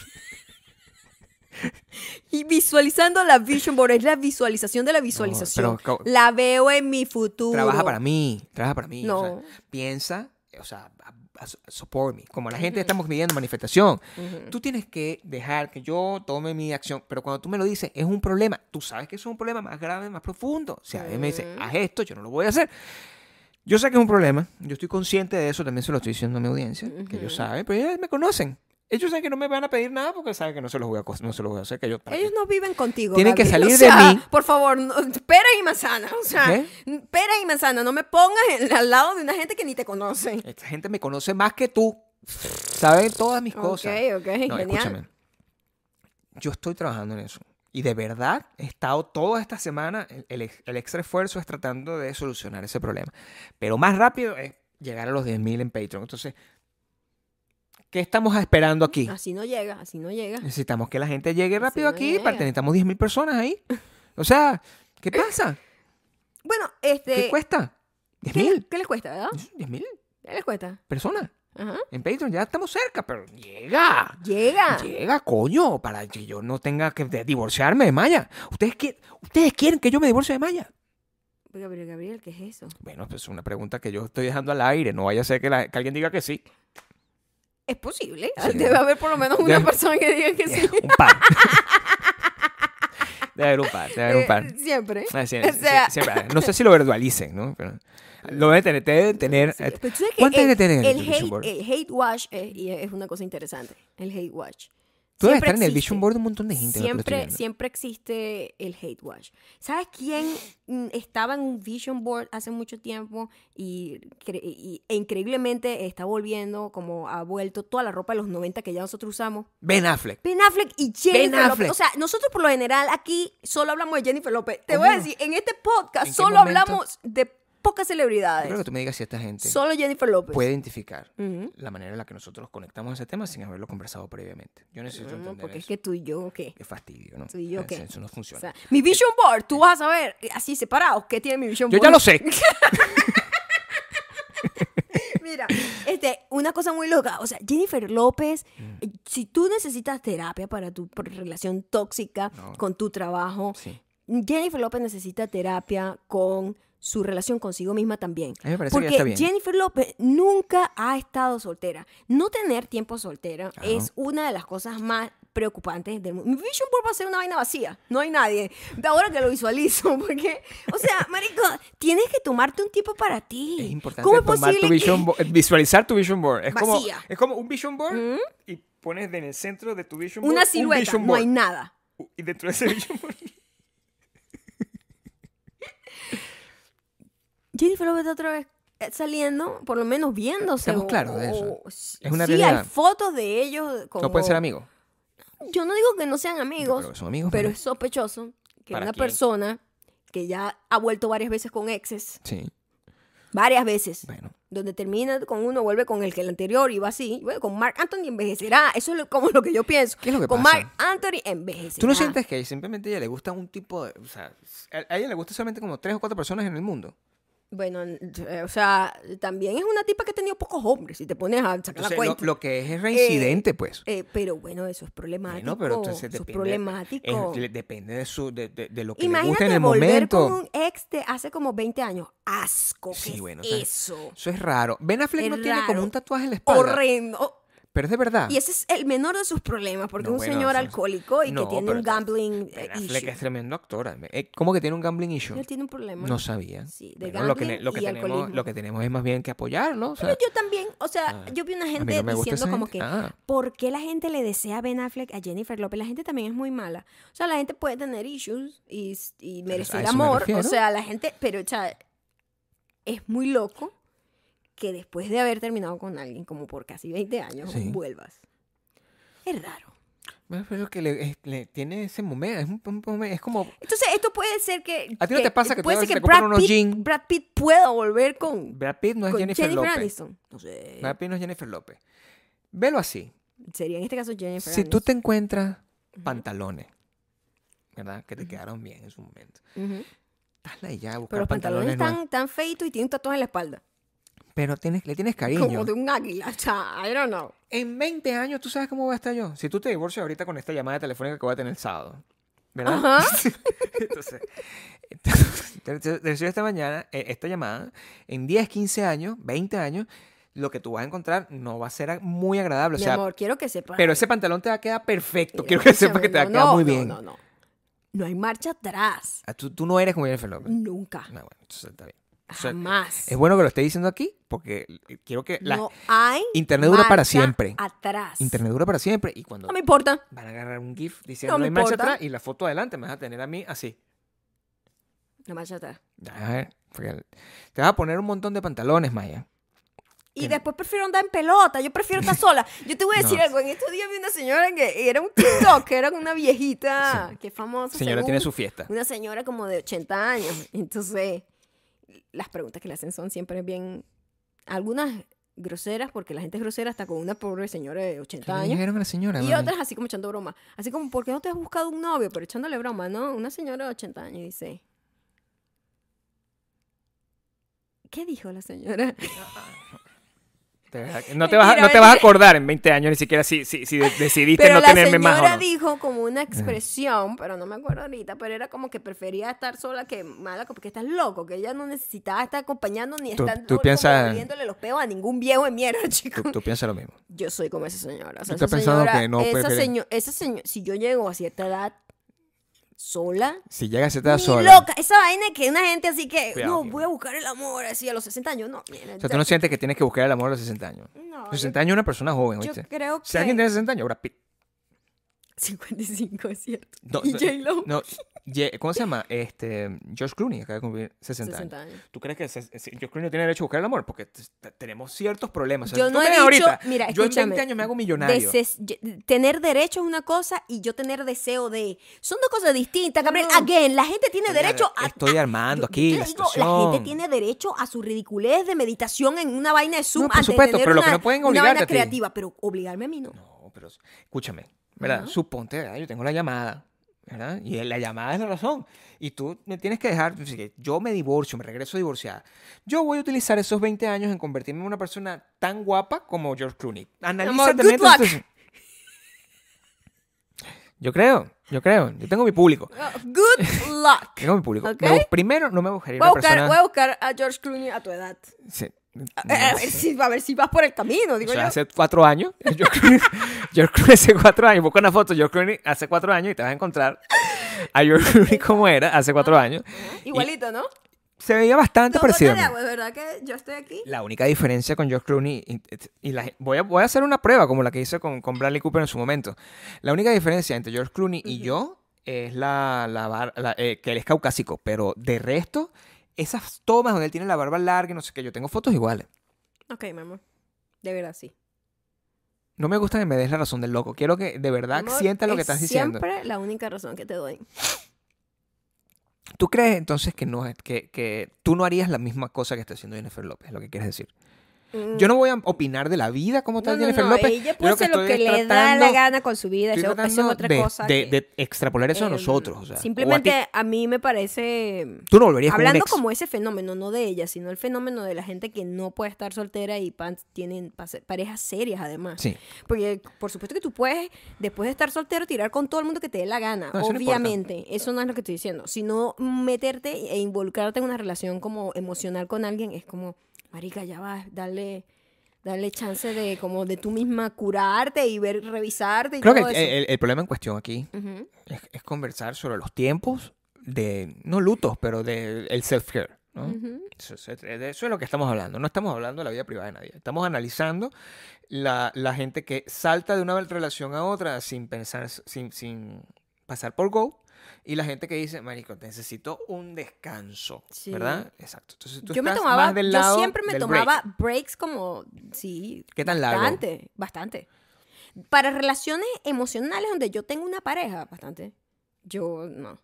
y visualizando la vision board, es la visualización de la visualización.
pero co-
la veo en mi futuro.
Trabaja para mí, trabaja para mí. o sea,
No.
piensa, o sea, a- a- support me. Como la gente estamos midiendo manifestación.
Ujú.
Tú tienes que dejar que yo tome mi acción, pero cuando tú me lo dices, es un problema. Tú sabes que eso es un problema más grave, más profundo. O sea, él me dice, haz esto, yo no lo voy a hacer. Yo sé que es un problema, yo estoy consciente de eso, también se lo estoy diciendo a mi audiencia, que ellos saben, pero ellos me conocen. Ellos saben que no me van a pedir nada porque saben que no se los voy a, cos- no se los voy a hacer, que yo para qué.
Ellos no viven contigo.
Tienen que
Gabriel.
salir de
O sea,
mí.
Por favor, no- pera y manzana. O sea,
¿Qué?
pera y manzana. No me pongas en- al lado de una gente que ni te conoce.
Esta gente me conoce más que tú. Saben todas mis cosas.
Ok, ok,
No,
genial.
escúchame. Yo estoy trabajando en eso. Y de verdad he estado toda esta semana, el, el ex- el extra esfuerzo es tratando de solucionar ese problema. Pero más rápido es llegar a los 10.000 en Patreon. Entonces, ¿qué estamos esperando aquí?
Así no llega, así no llega.
Necesitamos que la gente llegue rápido
no
aquí,
llega.
para, necesitamos 10.000 personas ahí. O sea, ¿qué pasa?
Bueno,
¿Qué
este.
cuesta?
¿qué, le-
¿10.000?
qué les cuesta, verdad?
¿10.000
¿Qué les cuesta?
personas?
Ajá.
En Patreon ya estamos cerca, pero llega.
Llega.
Llega, coño, para que yo no tenga que de- divorciarme de Maya. ¿Ustedes, qui- ¿Ustedes quieren que yo me divorcie de Maya?
Gabriel, Gabriel, ¿qué es eso?
Bueno, pues es una pregunta que yo estoy dejando al aire. No vaya a ser que, la- que alguien diga que sí.
Es posible.
Sí.
Ah, Debe haber por lo menos una
Debe-
persona que diga que sí.
Un par. debe haber un par, debe haber un par.
Eh, Siempre.
Ah, sí,
o
sí,
sea-
siempre- no sé si lo verdualicen, ¿no? Pero lo deben tener. Deben tener eh,
Sí, pero tú sabes que
¿Cuánto
el,
debe tener el
el
Vision
hate,
Board?
el hate watch es, y es una cosa interesante. El hate watch.
tú
Siempre
debes estar en el
existe.
vision board de un montón de gente. ahora que lo estoy
Siempre,
viendo.
siempre existe el hate watch. ¿Sabes quién mm, estaba en un vision board hace mucho tiempo y, cre- y- e increíblemente está volviendo, como ha vuelto toda la ropa de los 90 que ya nosotros usamos?
Ben Affleck.
Ben Affleck y Jennifer
Ben Affleck.
López. O sea, nosotros por lo general aquí solo hablamos de Jennifer López. Te
¿Cómo?
voy a decir, en este podcast
Oh. ¿En qué
solo
momento?
hablamos de pocas
Yo creo que
celebridades.
tú me digas si esta gente
Solo Jennifer López.
puede identificar
Ujú.
la manera en la que nosotros conectamos a ese tema sin haberlo conversado previamente. Yo ¿eh? necesito
No,
entender
porque es
eso.
que tú y yo, ¿qué?
Qué fastidio, ¿no?
Tú y yo,
Eso-
¿qué?
Eso no
O
funciona.
sea, mi vision board, tú vas a saber, así separado, ¿qué tiene mi vision
yo
board?
ya lo sé.
Mira, este, una cosa muy loca. O sea, Jennifer López,
Mm.
eh, si tú necesitas terapia para tu por- relación tóxica
No.
con tu trabajo,
Sí.
Jennifer López necesita terapia con su relación consigo misma también.
A mí me parece
Porque
que ya está bien.
Jennifer López nunca ha estado soltera. No tener tiempo soltera
Claro.
es una de las cosas más preocupantes del mundo. Mi vision board va a ser una vaina vacía. No hay nadie. De ahora que lo visualizo, porque, o sea, marico, tienes que tomarte un tiempo para ti.
Es importante
¿Cómo es
tomar tu
posible que-
vision bo- eh, visualizar tu vision board. Es como,
Vacía. Mm.
es como un vision board y pones en el centro de tu vision board
una
un
silueta?
vision
No hay
board.
nada.
y dentro de ese vision board
Jennifer López está otra vez eh, saliendo, por lo menos viéndose.
Estamos
o-
claros de eso.
o-
Es una
sí,
realidad.
hay fotos de ellos. Como,
no pueden ser amigos.
Yo no digo que no sean amigos,
Pero son amigos.
pero
pero-
es sospechoso que
¿Para
una
quién?
persona que ya ha vuelto varias veces con exes,
Sí,
varias veces,
bueno.
donde termina con uno, vuelve con el que el anterior y va así. Bueno, con Mark Anthony envejecerá. Eso es lo- como lo que yo pienso.
¿Qué es lo que
con
pasa?
Mark Anthony envejecerá.
¿Tú no sientes que simplemente a ella le gusta un tipo de... O sea, a a ella le gusta solamente como tres o cuatro personas en el mundo?
Ah, Bueno, eh, o sea, también es una tipa que ha tenido pocos hombres, si te pones a sacar la
Entonces, lo,
cuenta.
lo que es es reincidente, pues.
Eh, pero bueno, eso es problemático.
Bueno, pero entonces
eso es
depende,
problemático.
es- le- depende de, su, de, de- de lo que le guste
Imagínate
en el
volver
momento.
con un ex de hace como 20 años. Asco. ¿qué
Sí,
es
bueno, o sea,
eso.
Eso es raro. Ben Affleck
Es
no tiene como
raro.
un tatuaje en la espalda.
Horrendo.
Pero es de verdad.
Y ese es el menor de sus problemas, porque
No,
es un
bueno,
señor
eso es-
alcohólico y
No,
que tiene
pero
un gambling eh,
Ben Affleck
issue.
es tremendo actor. Eh, ¿Cómo que tiene un gambling issue?
Él tiene un problema.
No sabía.
Sí, de
Bueno, lo, que,
gambling
ne- lo, que
y
tenemos,
alcoholismo.
lo que tenemos es más bien que apoyarlo. o sea,
Pero yo también, o sea,
Ah,
yo vi una
a mí
gente
no me gusta
diciendo
esa
como
gente.
que,
Ah.
¿por qué la gente le desea a Ben Affleck a Jennifer López? La gente también es muy mala. O sea, la gente puede tener issues y, y merecer
eso me
amor. o
refiero.
sea, la gente, pero o sea, es muy loco que después de haber terminado con alguien como por casi 20 años,
Sí.
vuelvas. Es raro.
Bueno, pero que le, es- le tiene ese momento. Es, un- un momen- es como.
Entonces, esto puede ser que...
¿A ti no te pasa que tú
puede
a
ser que
veces te compras
Brad
unos
Pitt,
jeans?
Brad Pitt pueda volver con,
Brad Pitt no es
con
Jennifer,
Jennifer,
López.
Aniston? No sé.
Brad Pitt no es Jennifer López. Velo así.
Sería en este caso Jennifer
si tú
Aniston.
te encuentras pantalones, ¿verdad? Que te quedaron bien en su momento.
Ujú.
Estás la ya a buscar
Pero los pantalones
pantalones,
están
nuevos.
tan feitos y tienen un tatuaje en la espalda.
Pero tienes, le tienes
Como
cariño.
de un águila. O sea, I don't know.
En 20 años, ¿tú sabes cómo voy a estar yo? Si tú te divorcias ahorita con esta llamada telefónica que voy a tener el sábado. ¿Verdad?
Ajá.
entonces, entonces, te- te- te recibo esta mañana, eh, esta llamada, en 10, 15 años, 20 años, lo que tú vas a encontrar no va a ser a- muy agradable. O
Mi
sea,
amor, quiero que sepas.
pero ese pantalón te va a quedar perfecto.
Mira,
Quiero que sepas que te va a
no,
quedar
no,
muy
no,
bien.
No, no, no. hay marcha atrás.
Ah, Tú, tú no eres como Jennifer López.
Nunca.
No, bueno, entonces está bien. O sea,
Jamás.
Es bueno que lo esté diciendo aquí porque quiero que la
no hay.
Internet dura para
marcha
siempre.
Atrás.
Internet dura para siempre y cuando
No me importa.
van a agarrar un GIF diciendo
No me
no hay marcha
importa.
atrás y la foto adelante me vas a tener a mí así.
No marcha atrás.
A ver, porque te vas a poner un montón de pantalones, Maya.
Y
Ten-
después prefiero andar en pelota, yo prefiero estar sola. Yo te voy a decir
No.
algo, en estos días vi una señora que era un TikTok, que era una viejita, que famosa.
Señora tiene
según-
su fiesta.
una señora como de 80 años. Entonces, las preguntas que le hacen son siempre bien, algunas groseras, porque la gente es grosera hasta con una pobre señora de
¿Qué
80
le
años.
dijeron a la señora?
Y
mami?
otras así como echando broma. Así como, ¿por qué no te has buscado un novio? Pero echándole broma, ¿no? Una señora de 80 años dice... ¿Qué dijo la señora?
Te vas a- no, te vas a,
Mentira,
no te vas a
mentira.
acordar en 20 años ni siquiera si, si, si de- decidiste
Pero
no
la
tenerme
señora
más. o no.
dijo como una expresión, pero no me acuerdo ahorita, pero era como que prefería estar sola que mala, porque estás loco, que ella no necesitaba estar acompañando ni
Tú-
estar
tú
como
piensas-
oliéndole los peos a ningún viejo de mierda, chico.
Tú, tú piensas lo mismo.
Yo soy como esa señora. O sea,
Tú
esa
estás pensando
señora,
que no
esa
prefieres-
seño- esa seño- si yo llego a cierta edad sola,
Si llegas a estar
ni
sola.
loca, esa vaina que una gente así que,
Cuidado,
no,
mi
voy a buscar el amor así a los 60 años, no, mira,
O sea, tú no sientes que tienes que buscar el amor a los 60 años.
no, yo,
60 años es una persona joven,
yo
¿oíste?
creo que
Si alguien tiene 60 años, Brad Pitt.
55 es cierto.
No,
y
no,
J-Lo
No, Ye- ¿Cómo se llama? Este, George Clooney acaba de cumplir 60,
60
años.
años.
¿Tú crees que se- se- George Clooney tiene derecho a buscar el amor? Porque t- t- tenemos ciertos problemas. O sea,
Yo
tú
no
me
he
ves
dicho,
ahorita,
mira,
yo en
escúchame,
20 años me hago millonario.
Deses- ye- tener derecho es una cosa y yo tener deseo de. Son dos cosas distintas, Gabriel.
No.
Again, la gente tiene
Estoy
derecho
ar-
a.
Estoy
a-
armando
yo-
aquí
yo te
la
digo,
situación.
gente tiene derecho a su ridiculez de meditación en una vaina de Zoom
No, por
antes de
supuesto,
tener
pero lo
una-
que no pueden
una
obligarte
vaina
a ti.
creativa, pero obligarme a mí no.
No, pero s- escúchame, ¿verdad?
Ajá.
Suponte, ¿verdad? Yo tengo la llamada, ¿verdad? Y la llamada es la razón. Y tú me tienes que dejar, tú dices, yo me divorcio, me regreso divorciada. Yo voy a utilizar esos 20 años en convertirme en una persona tan guapa como George Clooney. Analízate.
good luck.
Yo creo. yo creo. Yo tengo mi público.
Good luck.
Tengo mi público.
Ok.
Me bu- primero, no me buscaría
Voy a,
una
buscar,
persona...
voy a buscar a George Clooney a tu edad.
Sí.
A, a- a ver, si, a ver si vas por el camino, digo
O sea,
yo.
hace cuatro años. George Clooney, George Clooney hace cuatro años. Busca una foto de George Clooney hace cuatro años y te vas a encontrar a George Clooney como era hace cuatro años.
Igualito, ¿no?
Se veía bastante
No,
parecido. a
gota de
mí.
agua, es verdad que yo estoy aquí.
La única diferencia con George Clooney, y, y la- voy, a, voy a hacer una prueba como la que hice con, con Bradley Cooper en su momento. La única diferencia entre George Clooney y yo es la, la bar- la- eh, que él es caucásico, pero de resto, esas tomas donde él tiene la barba larga y no sé qué, yo tengo fotos iguales.
Ok, mi amor. De verdad, sí.
No me gusta que me des la razón del loco. Quiero que de verdad
Mi amor,
sientas lo que
es
estás diciendo.
Siempre la única razón que te doy.
¿Tú crees entonces que no es- que, que tú no harías la misma cosa que está haciendo Jennifer López? Lo que quieres decir. Yo no voy a opinar de la vida como
Mm. No,
tal
no,
Jennifer
no,
López.
Ella
Yo
puede
lo que
hacer lo
estoy
que le da
tratando-
la gana con su vida.
Estoy
Eso, eso es
tratando
otra
de,
cosa.
de-
que,
de extrapolar eso a
eh,
nosotros. o sea, o a ti.
Simplemente a, mí me parece.
Tú no volverías con un
Hablando
ex.
como ese fenómeno, no de ella, sino el fenómeno de la gente que no puede estar soltera y pan- tienen pase- parejas serias además.
Sí.
Porque por supuesto que tú puedes, después de estar soltero, tirar con todo el mundo que te dé la gana.
No, eso no
Obviamente, eso no es lo que estoy diciendo. Sino meterte e involucrarte en una relación como emocional con alguien es como, marica, ya vas, dale, dale chance de como de tú misma curarte y ver, revisarte y
Creo que eh,
todo
el,
eso.
el- el problema en cuestión aquí
Ujú.
es, es conversar sobre los tiempos de, no lutos, pero del el self-care. ¿no? Eso, es- de eso es lo que estamos hablando. No estamos hablando de la vida privada de nadie. Estamos analizando la, la gente que salta de una relación a otra sin pensar, sin, sin pasar por go. Y la gente que dice, marico, necesito un descanso,
Sí.
¿verdad? Exacto. Entonces, tú
yo me
estás
tomaba,
más del
yo
lado
siempre me
del
tomaba
break.
breaks como, sí,
¿Qué tan largo?
bastante, bastante. Para relaciones emocionales donde yo tengo una pareja, bastante. Yo no.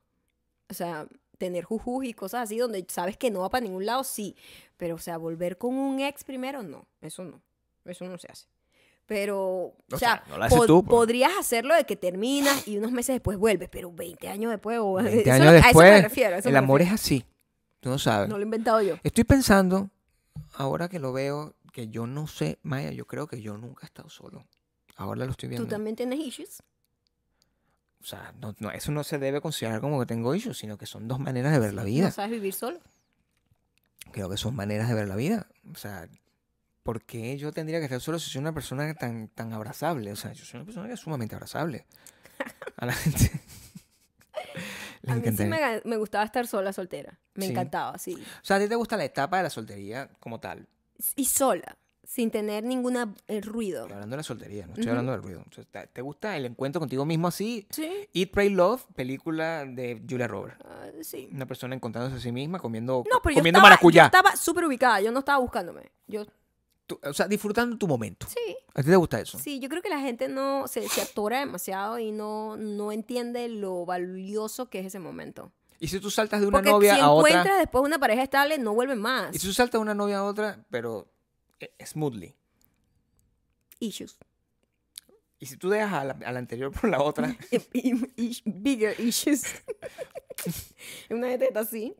O sea, tener jujuj y cosas así donde sabes que no va para ningún lado, sí. Pero, o sea, volver con un ex primero, no. Eso no. Eso no se hace. Pero, o,
O sea,
sea,
no lo haces
pod-
tú, pues.
podrías hacerlo de que terminas y unos meses después vuelves, pero 20 años después o
20
eso-
años
a
después,
eso me refiero. a eso
El
me
amor es
refiero.
así. Tú no sabes.
No lo he inventado yo.
Estoy pensando, ahora que lo veo, que yo no sé, Maya, yo creo que yo nunca he estado solo. Ahora lo estoy viendo.
Tú también tienes issues.
O sea, no- no, eso no se debe considerar como que tengo issues, sino que son dos maneras de ver la vida.
No sabes vivir solo.
Creo que son maneras de ver la vida. O sea, ¿por qué yo tendría que estar solo si soy una persona tan, tan abrazable? O sea, yo soy una persona que es sumamente abrazable. A la gente. Les
A mí sí
encantaría.
me, ga- me gustaba estar sola, soltera. Me
Sí.
encantaba, sí.
O sea, ¿a ti te gusta la etapa de la soltería como tal?
Y sola, sin tener ningún ruido.
Estoy hablando de la soltería, no estoy
Ujú.
hablando del ruido. O sea, ¿te- ¿Te gusta el encuentro contigo mismo así?
Sí,
Eat, Pray, Love, película de Julia Roberts.
ah, sí.
Una persona encontrándose a sí misma comiendo,
No, pero yo
comiendo
estaba,
maracuyá.
yo estaba súper ubicada, yo no estaba buscándome. Yo,
Tú- o sea, disfrutando tu momento.
sí,
¿A ti te gusta eso?
sí, yo creo que la gente no se, se atora demasiado y no, no entiende lo valioso que es ese momento.
Y si tú saltas de una
Porque
novia
si
a
encuentras
otra.
después una pareja estable, no vuelven más.
Y si tú saltas de una novia a otra, pero eh, smoothly.
Issues.
Y si tú dejas a la, a la anterior por la otra,
Y- y- y- bigger issues. una gente está así.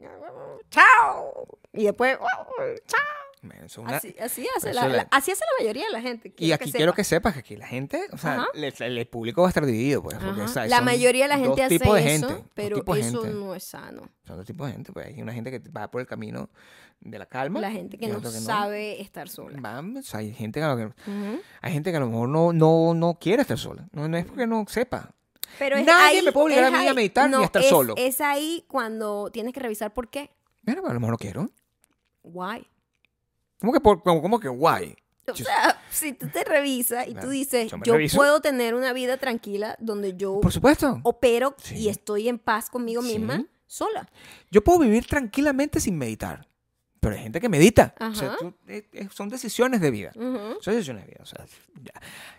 ¡Chao! Y después, ¡chao!
man, eso es una-
Así, así hace
eso
la,
la-
la- así hace la mayoría de la gente.
y aquí quiero
sepa.
que sepas que aquí la gente, o sea,
Ajá.
le- el, público va a estar dividido, pues. porque,
Ajá.
¿sabes?
La
son
mayoría de la gente
dos
hace
tipos de
eso,
gente, dos
pero
tipos de
eso
gente.
no es sano.
Son dos tipos de gente, pues. Hay una gente que va por el camino de la calma.
La gente que
y
no,
otra
sabe estar sola.
Van, o sea, hay gente que a lo que-
Ujú.
Hay gente que a lo mejor no, no, no quiere estar sola. No, no es porque no sepa.
Pero es
Nadie
ahí-
me puede obligar
es
a mí a
ahí-
meditar ni a estar
es-
solo.
Es ahí cuando tienes que revisar por qué.
Bueno, pero pues, a lo mejor no quiero.
Why.
¿Cómo que, por, como, como que guay?
O
Yo-
sea, si tú te revisas y
Claro,
tú dices,
yo me
yo
reviso.
puedo tener una vida tranquila donde yo
Por supuesto.
opero
Sí.
y estoy en paz conmigo
Sí.
misma sola.
Yo puedo vivir tranquilamente sin meditar. Pero hay gente que medita. O sea,
Ajá.
tú- eh, eh, son decisiones de vida.
Ujú.
Son decisiones de vida. o sea, ya.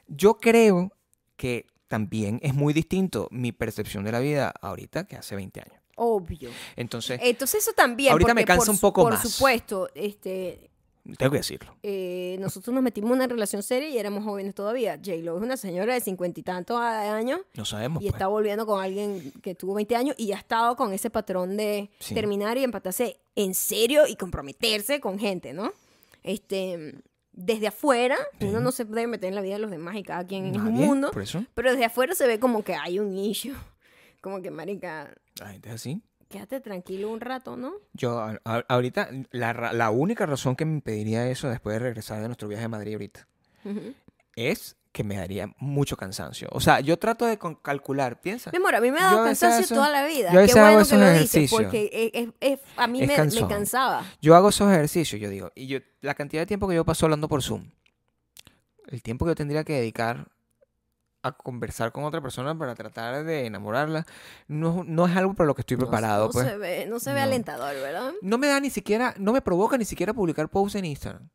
Yo creo que también es muy distinto mi percepción de la vida ahorita que hace 20 años.
Obvio.
Entonces,
Entonces eso también.
Ahorita me
porque
cansa
por
un
su-
poco
por
más.
Por supuesto, este,
tengo que decirlo.
eh, nosotros nos metimos en una relación seria y éramos jóvenes todavía. J-Lo es una señora de cincuenta y tantos a- años
No sabemos.
y
pues.
está volviendo con alguien que tuvo 20 años y ha estado con ese patrón de
Sí.
terminar y empatarse en serio y comprometerse con gente, ¿no? Este, desde afuera, uno no se debe meter en la vida de los demás y cada quien es un
Nadie,
mundo,
Por eso.
pero desde afuera se ve como que hay un issue. Como que, marica,
La gente es así.
quédate tranquilo un rato, ¿no?
Yo a- a- ahorita, la, ra- la única razón que me impediría eso después de regresar de nuestro viaje a Madrid ahorita
Ujú.
es que me daría mucho cansancio. O sea, yo trato de con- calcular, piensa.
Mi amor, a mí me ha
Yo
dado
a veces
cansancio
hago-
toda la vida.
yo a
Qué
veces hago
bueno que
esos
lo dices,
ejercicios.
porque es- es- es- a mí
Es
me, me
cansón.
cansaba.
Yo hago esos ejercicios, yo digo, y yo, la cantidad de tiempo que yo paso hablando por Zoom, el tiempo que yo tendría que dedicar a conversar con otra persona para tratar de enamorarla, no, no es algo para lo que estoy
No-
preparado,
no
pues.
Se ve, no se ve
No.
alentador, ¿verdad?
No me da ni siquiera, no me provoca ni siquiera publicar posts en Instagram.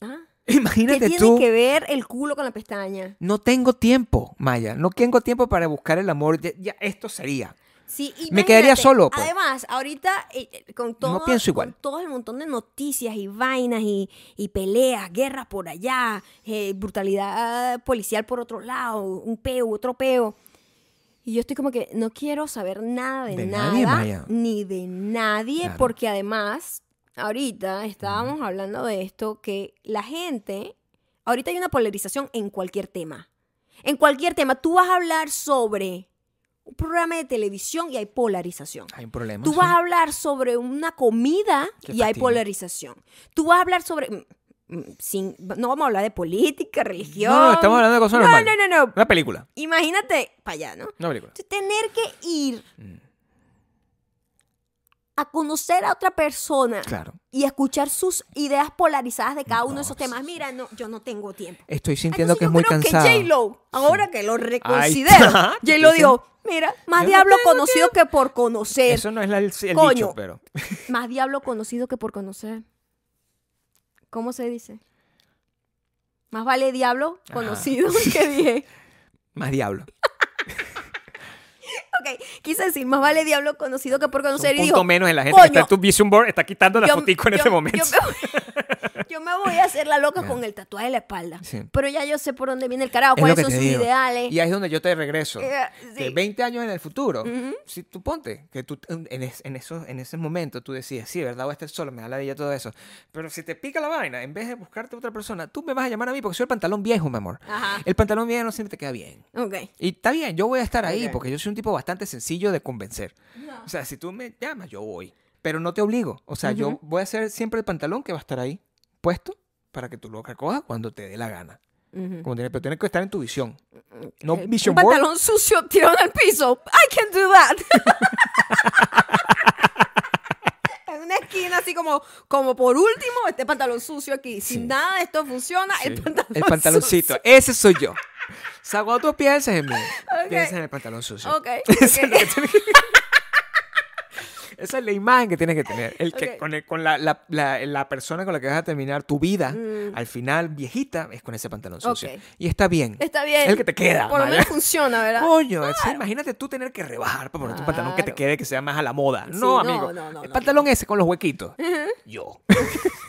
Ajá. ¿Qué
Imagínate
tiene
tú.
que ver el culo con la pestaña?
No tengo tiempo, Maya. No tengo tiempo para buscar el amor. Ya, ya esto sería.
Sí,
Me quedaría
imagínate,
solo, pues.
Además, ahorita eh, eh, con todo,
pienso igual.
con todo el montón de noticias y vainas y, y peleas, guerras por allá, eh, brutalidad policial por otro lado, un peo, otro peo. Y yo estoy como que no quiero saber nada de,
De
nada
nadie, Maya.
ni de nadie,
Claro.
porque además, ahorita estábamos hablando de esto que la gente, ahorita hay una polarización en cualquier tema. En cualquier tema, tú vas a hablar sobre un programa de televisión y hay polarización.
Hay un problema.
Tú
sí.
vas a hablar sobre una comida
Qué
y hay
fastidio.
polarización. Tú vas a hablar sobre... mm, mm, Sin, no vamos a hablar de política, religión.
No, no, estamos hablando de cosas
No,
normales.
no, no, no.
Una película.
Imagínate para allá, ¿no?
Una película.
Tú tener que ir
Mm.
a conocer a otra persona
Claro.
y escuchar sus ideas polarizadas de cada uno
No,
de esos
sí,
temas. Mira, no, yo no tengo tiempo.
Estoy
Ah,
sintiendo
entonces
que
yo
es muy
creo
cansado.
Que J-Lo, ahora que lo
Ahí
reconsidero,
está.
J-Lo dijo, mira, más
Yo no
diablo
tengo
conocido que por conocer.
Eso no es la- el, el
Coño.
dicho, pero.
Más diablo conocido que por conocer. ¿Cómo se dice? Más vale diablo
Ajá.
conocido que dije.
Más diablo.
Ok, quise decir, más vale diablo conocido que por
Es
conocer.
Un
Y
punto
dijo,
menos en la gente que está
coño.
en tu vision board, está quitando la
yo-
fotico en
yo-
este momento.
Yo me, voy, yo me voy a hacer la loca
Ya.
con el tatuaje en la espalda.
Sí.
Pero ya yo sé por dónde viene el carajo,
Es lo
cuáles
que
son
te
sus
digo.
ideales.
Y ahí es donde yo te regreso.
Eh,
Que
sí.
20 años en el futuro,
Ujú.
si tú ponte, que tú en, en es- en esos- en ese momento tú decides, sí, ¿verdad? Voy a estar solo, me da la vida todo eso. Pero si te pica la vaina, en vez de buscarte otra persona, tú me vas a llamar a mí porque soy el pantalón viejo, mi amor.
Ajá.
El pantalón viejo no siempre te queda bien.
Ok.
Y está bien, yo voy a estar ahí
Ok.
porque yo soy un tipo bastante sencillo de convencer. O sea, si tú me llamas, yo voy. Pero no te obligo. O sea, yo
Ujú.
voy a hacer siempre el pantalón que va a estar ahí puesto para que tú lo recojas cuando te dé la gana.
Ujú.
Como tiene, pero tiene que estar en tu visión. No
Eh,
vision
un
board.
pantalón sucio tirado en el piso. I can do that. en una esquina así como, como por último, este pantalón sucio aquí. Si
Sí.
nada de esto funciona,
Sí,
el pantalón
El pantaloncito. Ese soy yo. O sea, cuando tú piensas en mí, piensas en el pantalón sucio.
sucio. Ok.
Eso es
ok.
lo que tienes que- Esa es la imagen que tienes que tener. El que,
Ok.
Con, el- con la, la- la- la persona con la que vas a terminar tu vida,
Mm.
al final, viejita, es con ese pantalón sucio.
Ok.
Y está bien.
Está bien.
El que te queda,
Por lo
Maya.
menos funciona, ¿verdad?
Coño, o sea, imagínate tú tener que rebajar para poner tu pantalón que te
Claro.
quede, que sea más a la moda.
Sí,
no,
no,
amigo.
no, no,
el
no,
pantalón ese con los huequitos. Yo.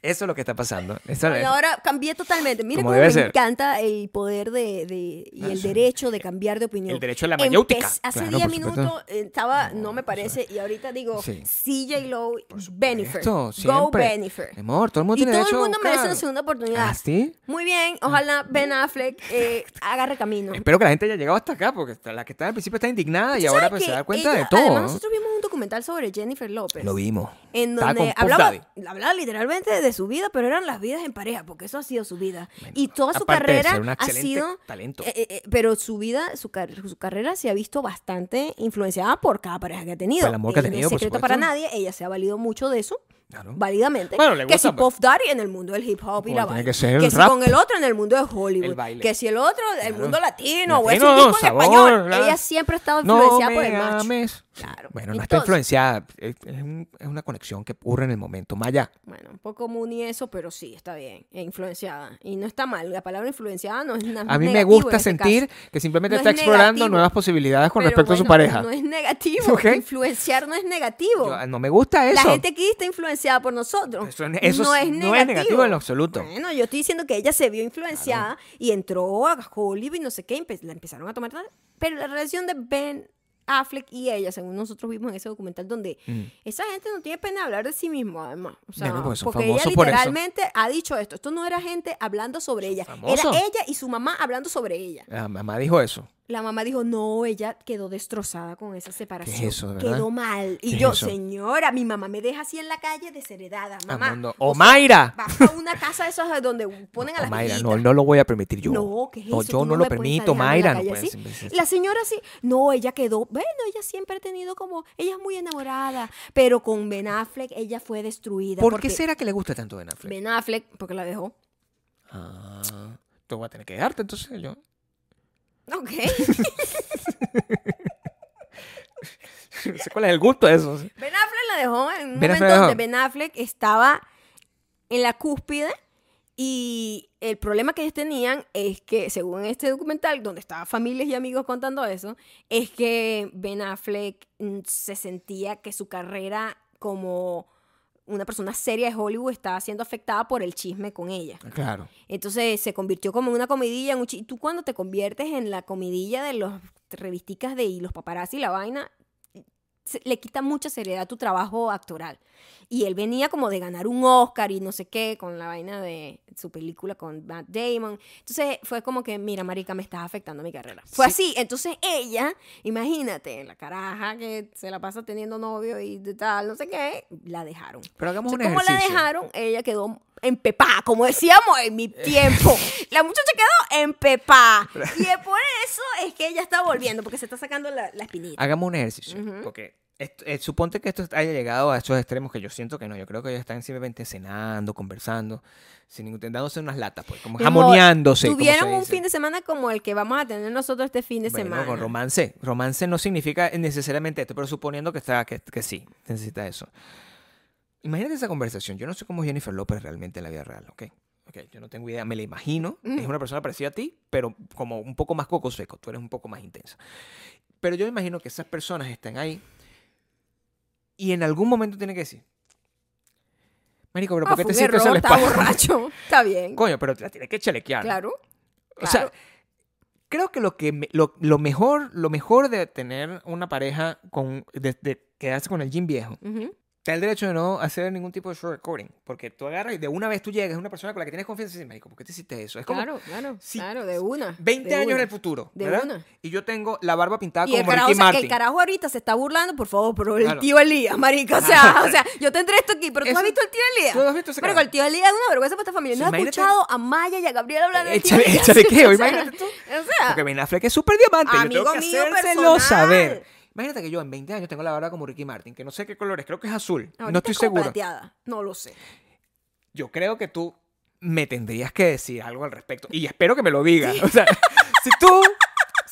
Eso es lo que está pasando. Eso
Y
es-
ahora cambié totalmente. Mira
Como
cómo
debe
me
ser.
encanta el poder de, de- y el
Eso.
derecho de cambiar de opinión.
El derecho a la mayéutica.
Empecé- Hace
Claro,
10
por supuesto.
minutos eh, estaba,
No,
no, me parece, y ahorita digo
Sí.
CJ Lowe, Benifer.
Esto,
Go
siempre.
Benifer.
Mi amor, todo el mundo
Y
tiene
todo el
derecho a
mundo merece
buscar.
una segunda oportunidad.
¿Ah, sí?
Muy bien, ojalá Ben Affleck eh, agarre camino.
Espero que la gente haya llegado hasta acá, porque hasta la que estaba al principio está indignada y ahora
¿Sabes
pues, se
qué?
da cuenta
Ella-
de todo.
Además,
¿no?
nosotros vimos un documental sobre Jennifer López.
Lo vimos.
En
Estaba con
donde
Puff
hablaba,
Daddy.
hablaba literalmente de su vida, pero eran las vidas en pareja, porque eso ha sido su vida. y toda su
aparte de
carrera
ser un
ha
excelente
sido.
talento.
eh, eh, eh, pero su vida, su, car- su carrera se ha visto bastante influenciada por cada pareja que ha tenido.
Por el amor que ha
Eh, no
tenido,
es
por
secreto
supuesto.
para nadie, ella se ha valido mucho de eso.
Claro.
Válidamente.
Bueno, le
que
gusta,
si
pues.
Puff Daddy en el mundo del hip hop y
Bueno,
la
tiene
vaina.
que ser el
si
rap.
con el otro en el mundo de
El
Hollywood.
baile.
Que si el otro del
Claro.
mundo latino, o es
Latino,
un tipo en
sabor,
español.
claro.
Ella siempre ha estado
No
influenciada por
me
el macho.
ames.
Claro.
Bueno, no está
Entonces-
influenciada. Es, es un- es una conexión que ocurre en el momento. Maya.
Bueno, un poco común y eso, pero sí, está bien. E influenciada. Y no está mal. La palabra influenciada no es nada
A mí me
negativo en
gusta
este
sentir
caso.
que simplemente
No
está
es
explorando
negativo,
nuevas posibilidades con
Pero
respecto a su
bueno,
pareja.
No es negativo.
Ok.
Influenciar no es negativo.
Yo- no me gusta
la
eso.
gente aquí está influenciada por nosotros.
Eso es- eso es- no es negativo en lo absoluto.
Bueno, yo estoy diciendo que ella se vio influenciada y entró a Hollywood y no sé qué. empe- la empezaron a tomar. tal, Pero la relación de Ben Affleck y ella, según nosotros vimos en ese documental, donde
Mm.
esa gente no tiene pena de hablar de sí mismo, además. O sea,
Bueno, pues son
porque ella
famosos por eso.
literalmente ha dicho esto. Esto no era gente hablando sobre ella.
famosos.
Era ella y su mamá hablando sobre ella.
La Ah, mamá dijo eso.
La mamá dijo, no, ella quedó destrozada con esa separación.
¿Qué es eso, de verdad?
quedó mal.
¿Qué
Y
es
yo,
eso?
señora, mi mamá me deja así en la calle desheredada, mamá.
Amando.
o
Ah, ¡O
sea,
Mayra!
Vas a una casa de esas donde ponen a
O
las
Mayra, no,
viejitas.
no lo voy a permitir yo.
No, ¿qué es eso?
yo
Tú
no,
me
lo
puedes
permito,
estar dejando
Mayra.
en
No
la
puedes,
calle así. La señora sí, no, ella quedó, bueno, ella siempre ha tenido como, ella es muy enamorada, pero con Ben Affleck ella fue destruida.
¿Por
porque
qué será que le gusta tanto Ben Affleck?
Ben Affleck, porque la dejó.
Ah, tú vas a tener que dejarte, entonces yo.
Ok.
No sé cuál es el gusto de eso.
ben Affleck la dejó en un
Ben
momento
Affleck la
donde
dejó.
Ben Affleck estaba en la cúspide y el problema que ellos tenían es que, según este documental, donde estaban familias y amigos contando eso, es que Ben Affleck mm, se sentía que su carrera como una persona seria de Hollywood estaba siendo afectada por el chisme con ella.
Claro.
Entonces se convirtió como en una comidilla. En un chi- y tú cuando te conviertes en la comidilla de los revisticas de y los paparazzi y la vaina, se- le quita mucha seriedad a tu trabajo actoral. Y él venía como de ganar un Oscar y no sé qué, con la vaina de su película con Matt Damon. Entonces fue como que, mira, marica, me estás afectando mi carrera. Fue así. Entonces ella, imagínate, la caraja que se la pasa teniendo novio y de tal, no sé qué, la dejaron.
Pero hagamos un
Entonces, ¿Cómo la
ejercicio.
dejaron? Ella quedó empepada, como decíamos en mi tiempo. La muchacha quedó empepada. Y es por eso es que ella está volviendo, porque se está sacando la, la espinita.
Hagamos un ejercicio. Porque esto- eh, suponte que esto haya llegado a estos extremos que yo siento que no. Yo creo que ellos están simplemente cenando, conversando, sin ningún, dándose unas latas, pues, como
Mi amor,
jamoneándose. como se
Tuvieron un
dice.
fin de semana como el que vamos a tener nosotros este fin de
Bueno,
semana.
con romance. Romance no significa necesariamente esto, pero suponiendo que, está, que, que sí, necesita eso. Imagínate esa conversación. Yo no sé cómo es Jennifer López realmente en la vida real, ¿ok? Ok, yo no tengo idea, me la imagino.
Mm.
Es una persona parecida a ti, pero como un poco más coco seco. Tú eres un poco más intensa. Pero yo me imagino que esas personas están ahí y en algún momento tienen que decir, Marico, pero
Ah,
¿por qué
fue
te
un
siempre
error,
sale
está
para
borracho. Está bien.
Coño, pero te la tienes que chalequear.
Claro.
O sea,
Claro.
creo que lo que me- lo, lo mejor, lo mejor de tener una pareja con de, de quedarse con el gym viejo,
Ujú.
está el derecho de no hacer ningún tipo de shortcutting, porque tú agarras y de una vez tú llegas a una persona con la que tienes confianza y dices, "Marico, ¿por qué te hiciste eso?" Es como
Claro, claro.
Sí.
Claro, de una.
20
de
años en
una.
el futuro,
De
¿verdad?
una.
Y yo tengo la barba pintada
Y el
como
carajo, o
Ricky
sea, que
Martin.
el carajo ahorita se está burlando, por favor, pero el
Claro.
tío Elías, marica, o sea, o sea, yo tendré esto aquí, pero tú
Eso-
has visto el tío Elías.
¿Tú has visto ese
Pero
carajo?
el tío Elías es una vergüenza para esta familia.
Sí,
no he
imagínate- Eh,
escuchado a Maya y a Gabriel hablar de
Échale-
tío Elías.
chalequeo,
O sea,
imagínate tú.
O sea,
Porque Ben Affleck es súper diamante. yo tengo
Amigo
que
mío
hacérselo
personal.
saber. Imagínate que yo en 20 años tengo la barba como Ricky Martin, que no sé qué colores, creo que es azul.
ahorita
no estoy
es como
seguro.
plateada, No lo sé.
yo creo que tú me tendrías que decir algo al respecto. Y espero que me lo digas. O sea, si tú,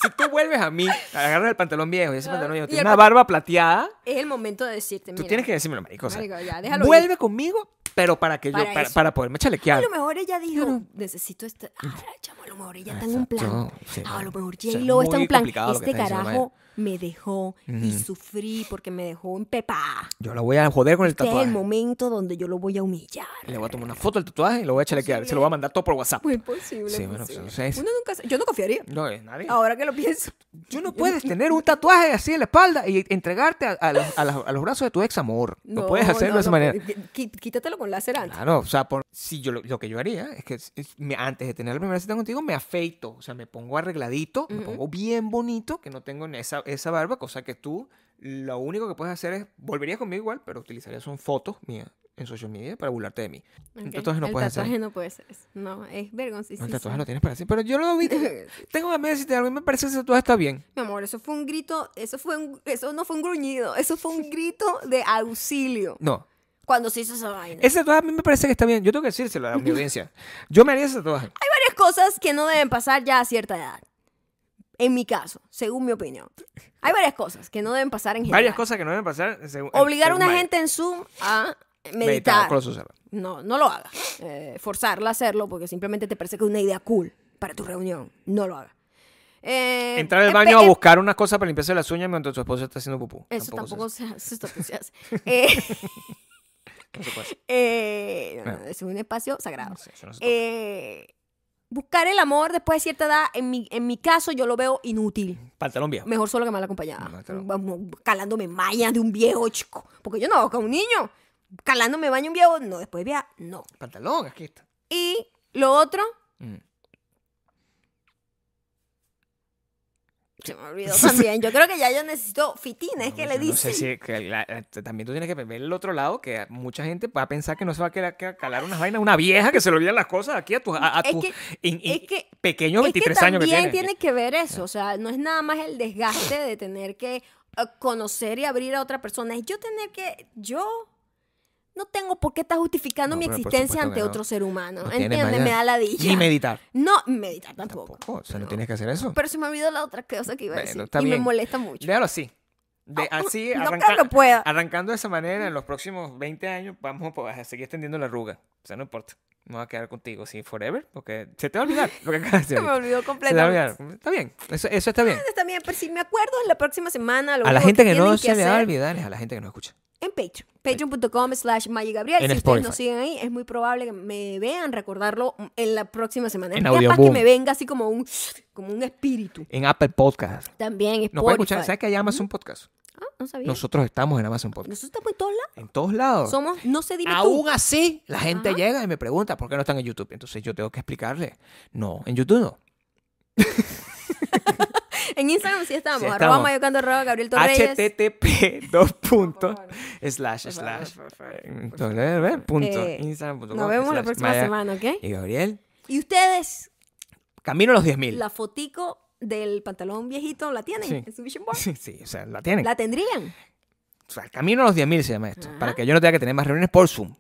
si tú vuelves a mí, agarras el pantalón viejo y ese
Ah,
pantalón viejo
y
tiene
el
una
pan-
barba plateada,
Es el momento de decirte, mira.
tú tienes que decírmelo, marico. o sea,
marico, ya, déjalo
vuelve conmigo, pero para que
Para
yo, para,
eso.
para poderme
A
chalequear.
lo mejor ella dijo, necesito este...
Mm.
Ah, chamo, a lo mejor ella está en un plan.
Exacto, sí,
Ah, a lo
bueno.
mejor
O sea, es
J-Lo está en
muy
un plan.
complicado lo que
Este
está diciendo Maya.
carajo me dejó y sufrí porque me dejó en pepa.
Yo la voy a joder con el
Este es el
tatuaje.
momento donde yo lo voy a humillar.
Le voy a tomar una foto del tatuaje y lo voy a chalequear. Se lo voy a mandar todo por WhatsApp.
Muy posible.
Sí,
Sí,
bueno, pues, es-
Uno nunca, sa- yo no confiaría.
No, es nadie.
Ahora que lo pienso.
Tú no puedes tener un tatuaje así en la espalda y entregarte a, a los, a los- a los brazos de tu ex amor. No, puedes hacerlo de esa
no,
manera.
qu- qu- Quítatelo con láser antes.
Claro, o sea, por- si yo lo, lo que yo haría es que es- es- me- antes de tener la primera cita contigo me afeito, o sea, me pongo arregladito, me pongo bien bonito, que no tengo ni esa, esa barba, cosa que tú lo único que puedes hacer es, volverías conmigo igual, pero utilizarías son fotos mías en social media para burlarte de mí.
Ok.
El tatuaje Ah, no
el
puedes
tatuaje
hacer.
no puede ser. eso. No, es vergonzoso.
el tatuaje lo tienes para hacer, pero yo lo vi. tengo ganas de decirte algo y me parece que ese tatuaje está bien.
Mi amor, eso fue un grito, eso fue un- eso no fue un gruñido, eso fue un grito de auxilio
No,
cuando se hizo esa vaina.
ese tatuaje a mí me parece que está bien. Yo tengo que decírselo a mi audiencia. Yo me haría ese tatuaje.
Hay varias cosas que no deben pasar ya a cierta edad. En mi caso, según mi opinión. Hay varias cosas que no deben pasar en general.
Varias cosas que no deben pasar. según-
Obligar a
según
una
Maya.
gente en Zoom a meditar.
Meditar. con los ojos cerrados.
No, no lo hagas. Eh, forzarla a hacerlo porque simplemente te parece que es una idea cool para tu reunión. No lo hagas. Eh,
Entrar al
empe-
baño a
em-
buscar unas cosas para limpiarse las uñas mientras tu esposo está haciendo pupú.
Eso tampoco
se
se hace. Eso tampoco se hace. Eh,
hace. No se puede hacer.
eh, no, no, es un espacio sagrado.
No sé, eso no se toca.
Eh, buscar el amor después de cierta edad, en mi, en mi caso, yo lo veo inútil.
Pantalón viejo.
Mejor solo que mal acompañada.
No, claro.
Vamos, calándome malla de un viejo, chico. Porque yo no, con un niño. Calándome baño un viejo, no, después de vieja, no.
Pantalón, aquí está.
Y lo otro,
Mm.
se me olvidó también. Yo creo que ya yo necesito fitines, que
No,
le
yo no sé
dicen.
si- que la- la- también tú tienes que ver el otro lado, que mucha gente va a pensar que no se va a querer que calar unas vainas, una vieja que se le olvidan las cosas aquí a tus a, a
Es
tus
que-
in- in-
es que-
pequeños
es que
23 años que
también
tienes.
tiene que ver eso, o sea, no es nada más el desgaste de tener que eh, conocer y abrir a otra persona, es yo tener que, yo no tengo por qué estar justificando
No,
mi
pero por
existencia
supuesto
ante
que no.
otro ser humano,
No tienes
¿entiendes?
manera.
Me da la dicha.
Ni meditar.
No, meditar tampoco.
Tampoco, o sea, no, tienes que hacer eso.
Pero se me olvidó la otra cosa que iba a
Bueno,
decir
está
y me
bien.
molesta mucho.
Déjalo así. De,
Ah,
así,
no
arranca-
creo que pueda.
arrancando de esa manera, en los próximos 20 años vamos a po- a seguir extendiendo la arruga. O sea, no importa. Me voy a quedar contigo, sí, forever, porque se te va a olvidar lo que acabas de decir
Se me
ahorita.
olvidó
Se te va a olvidar.
completamente.
Está bien, eso, eso está bien.
Está bien, pero si me acuerdo la próxima semana lo
A la
único
gente que no
tienen
se le va a
hacer-
olvidar es a la gente que no escucha.
en Patreon. Patreon.com slash Maggie Gabriel.
En
si ustedes
Spotify.
nos siguen ahí, es muy probable que me vean recordarlo en la próxima semana.
En
es capaz
Audioboom.
que me venga así como un, como un espíritu.
En Apple Podcast.
También Spotify.
Nos puede escuchar. ¿Sabes que hay Amazon Podcast?
Ah, no sabía. Nosotros,
Nosotros estamos en Amazon Podcast.
estamos en todos lados.
En todos lados.
Somos, no sé, dime tú.
Aún así, la gente
Ajá.
llega y me pregunta por qué no están en YouTube. Entonces yo tengo que explicarle. No, en YouTube no.
En Instagram sí estamos.
Sí
Arroba
estamos.
mayocando, arroba Gabriel Torreyes.
http dos puntos
Por favor.
slash
Por
slash
favor, por favor.
eh, www punto
Eh,
Instagram punto com
Nos vemos la
slash
próxima
Maya
semana, ¿ok?
Y Gabriel,
Y ustedes,
camino a los 10.000.
la fotico del pantalón viejito, ¿la tienen
Sí.
en su vision board?
Sí, sí, o sea, la tienen.
¿La tendrían?
O sea, camino a los 10.000 se llama esto.
Ajá.
Para que yo no tenga que tener más reuniones por Zoom.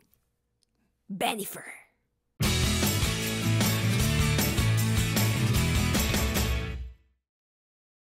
Benifer.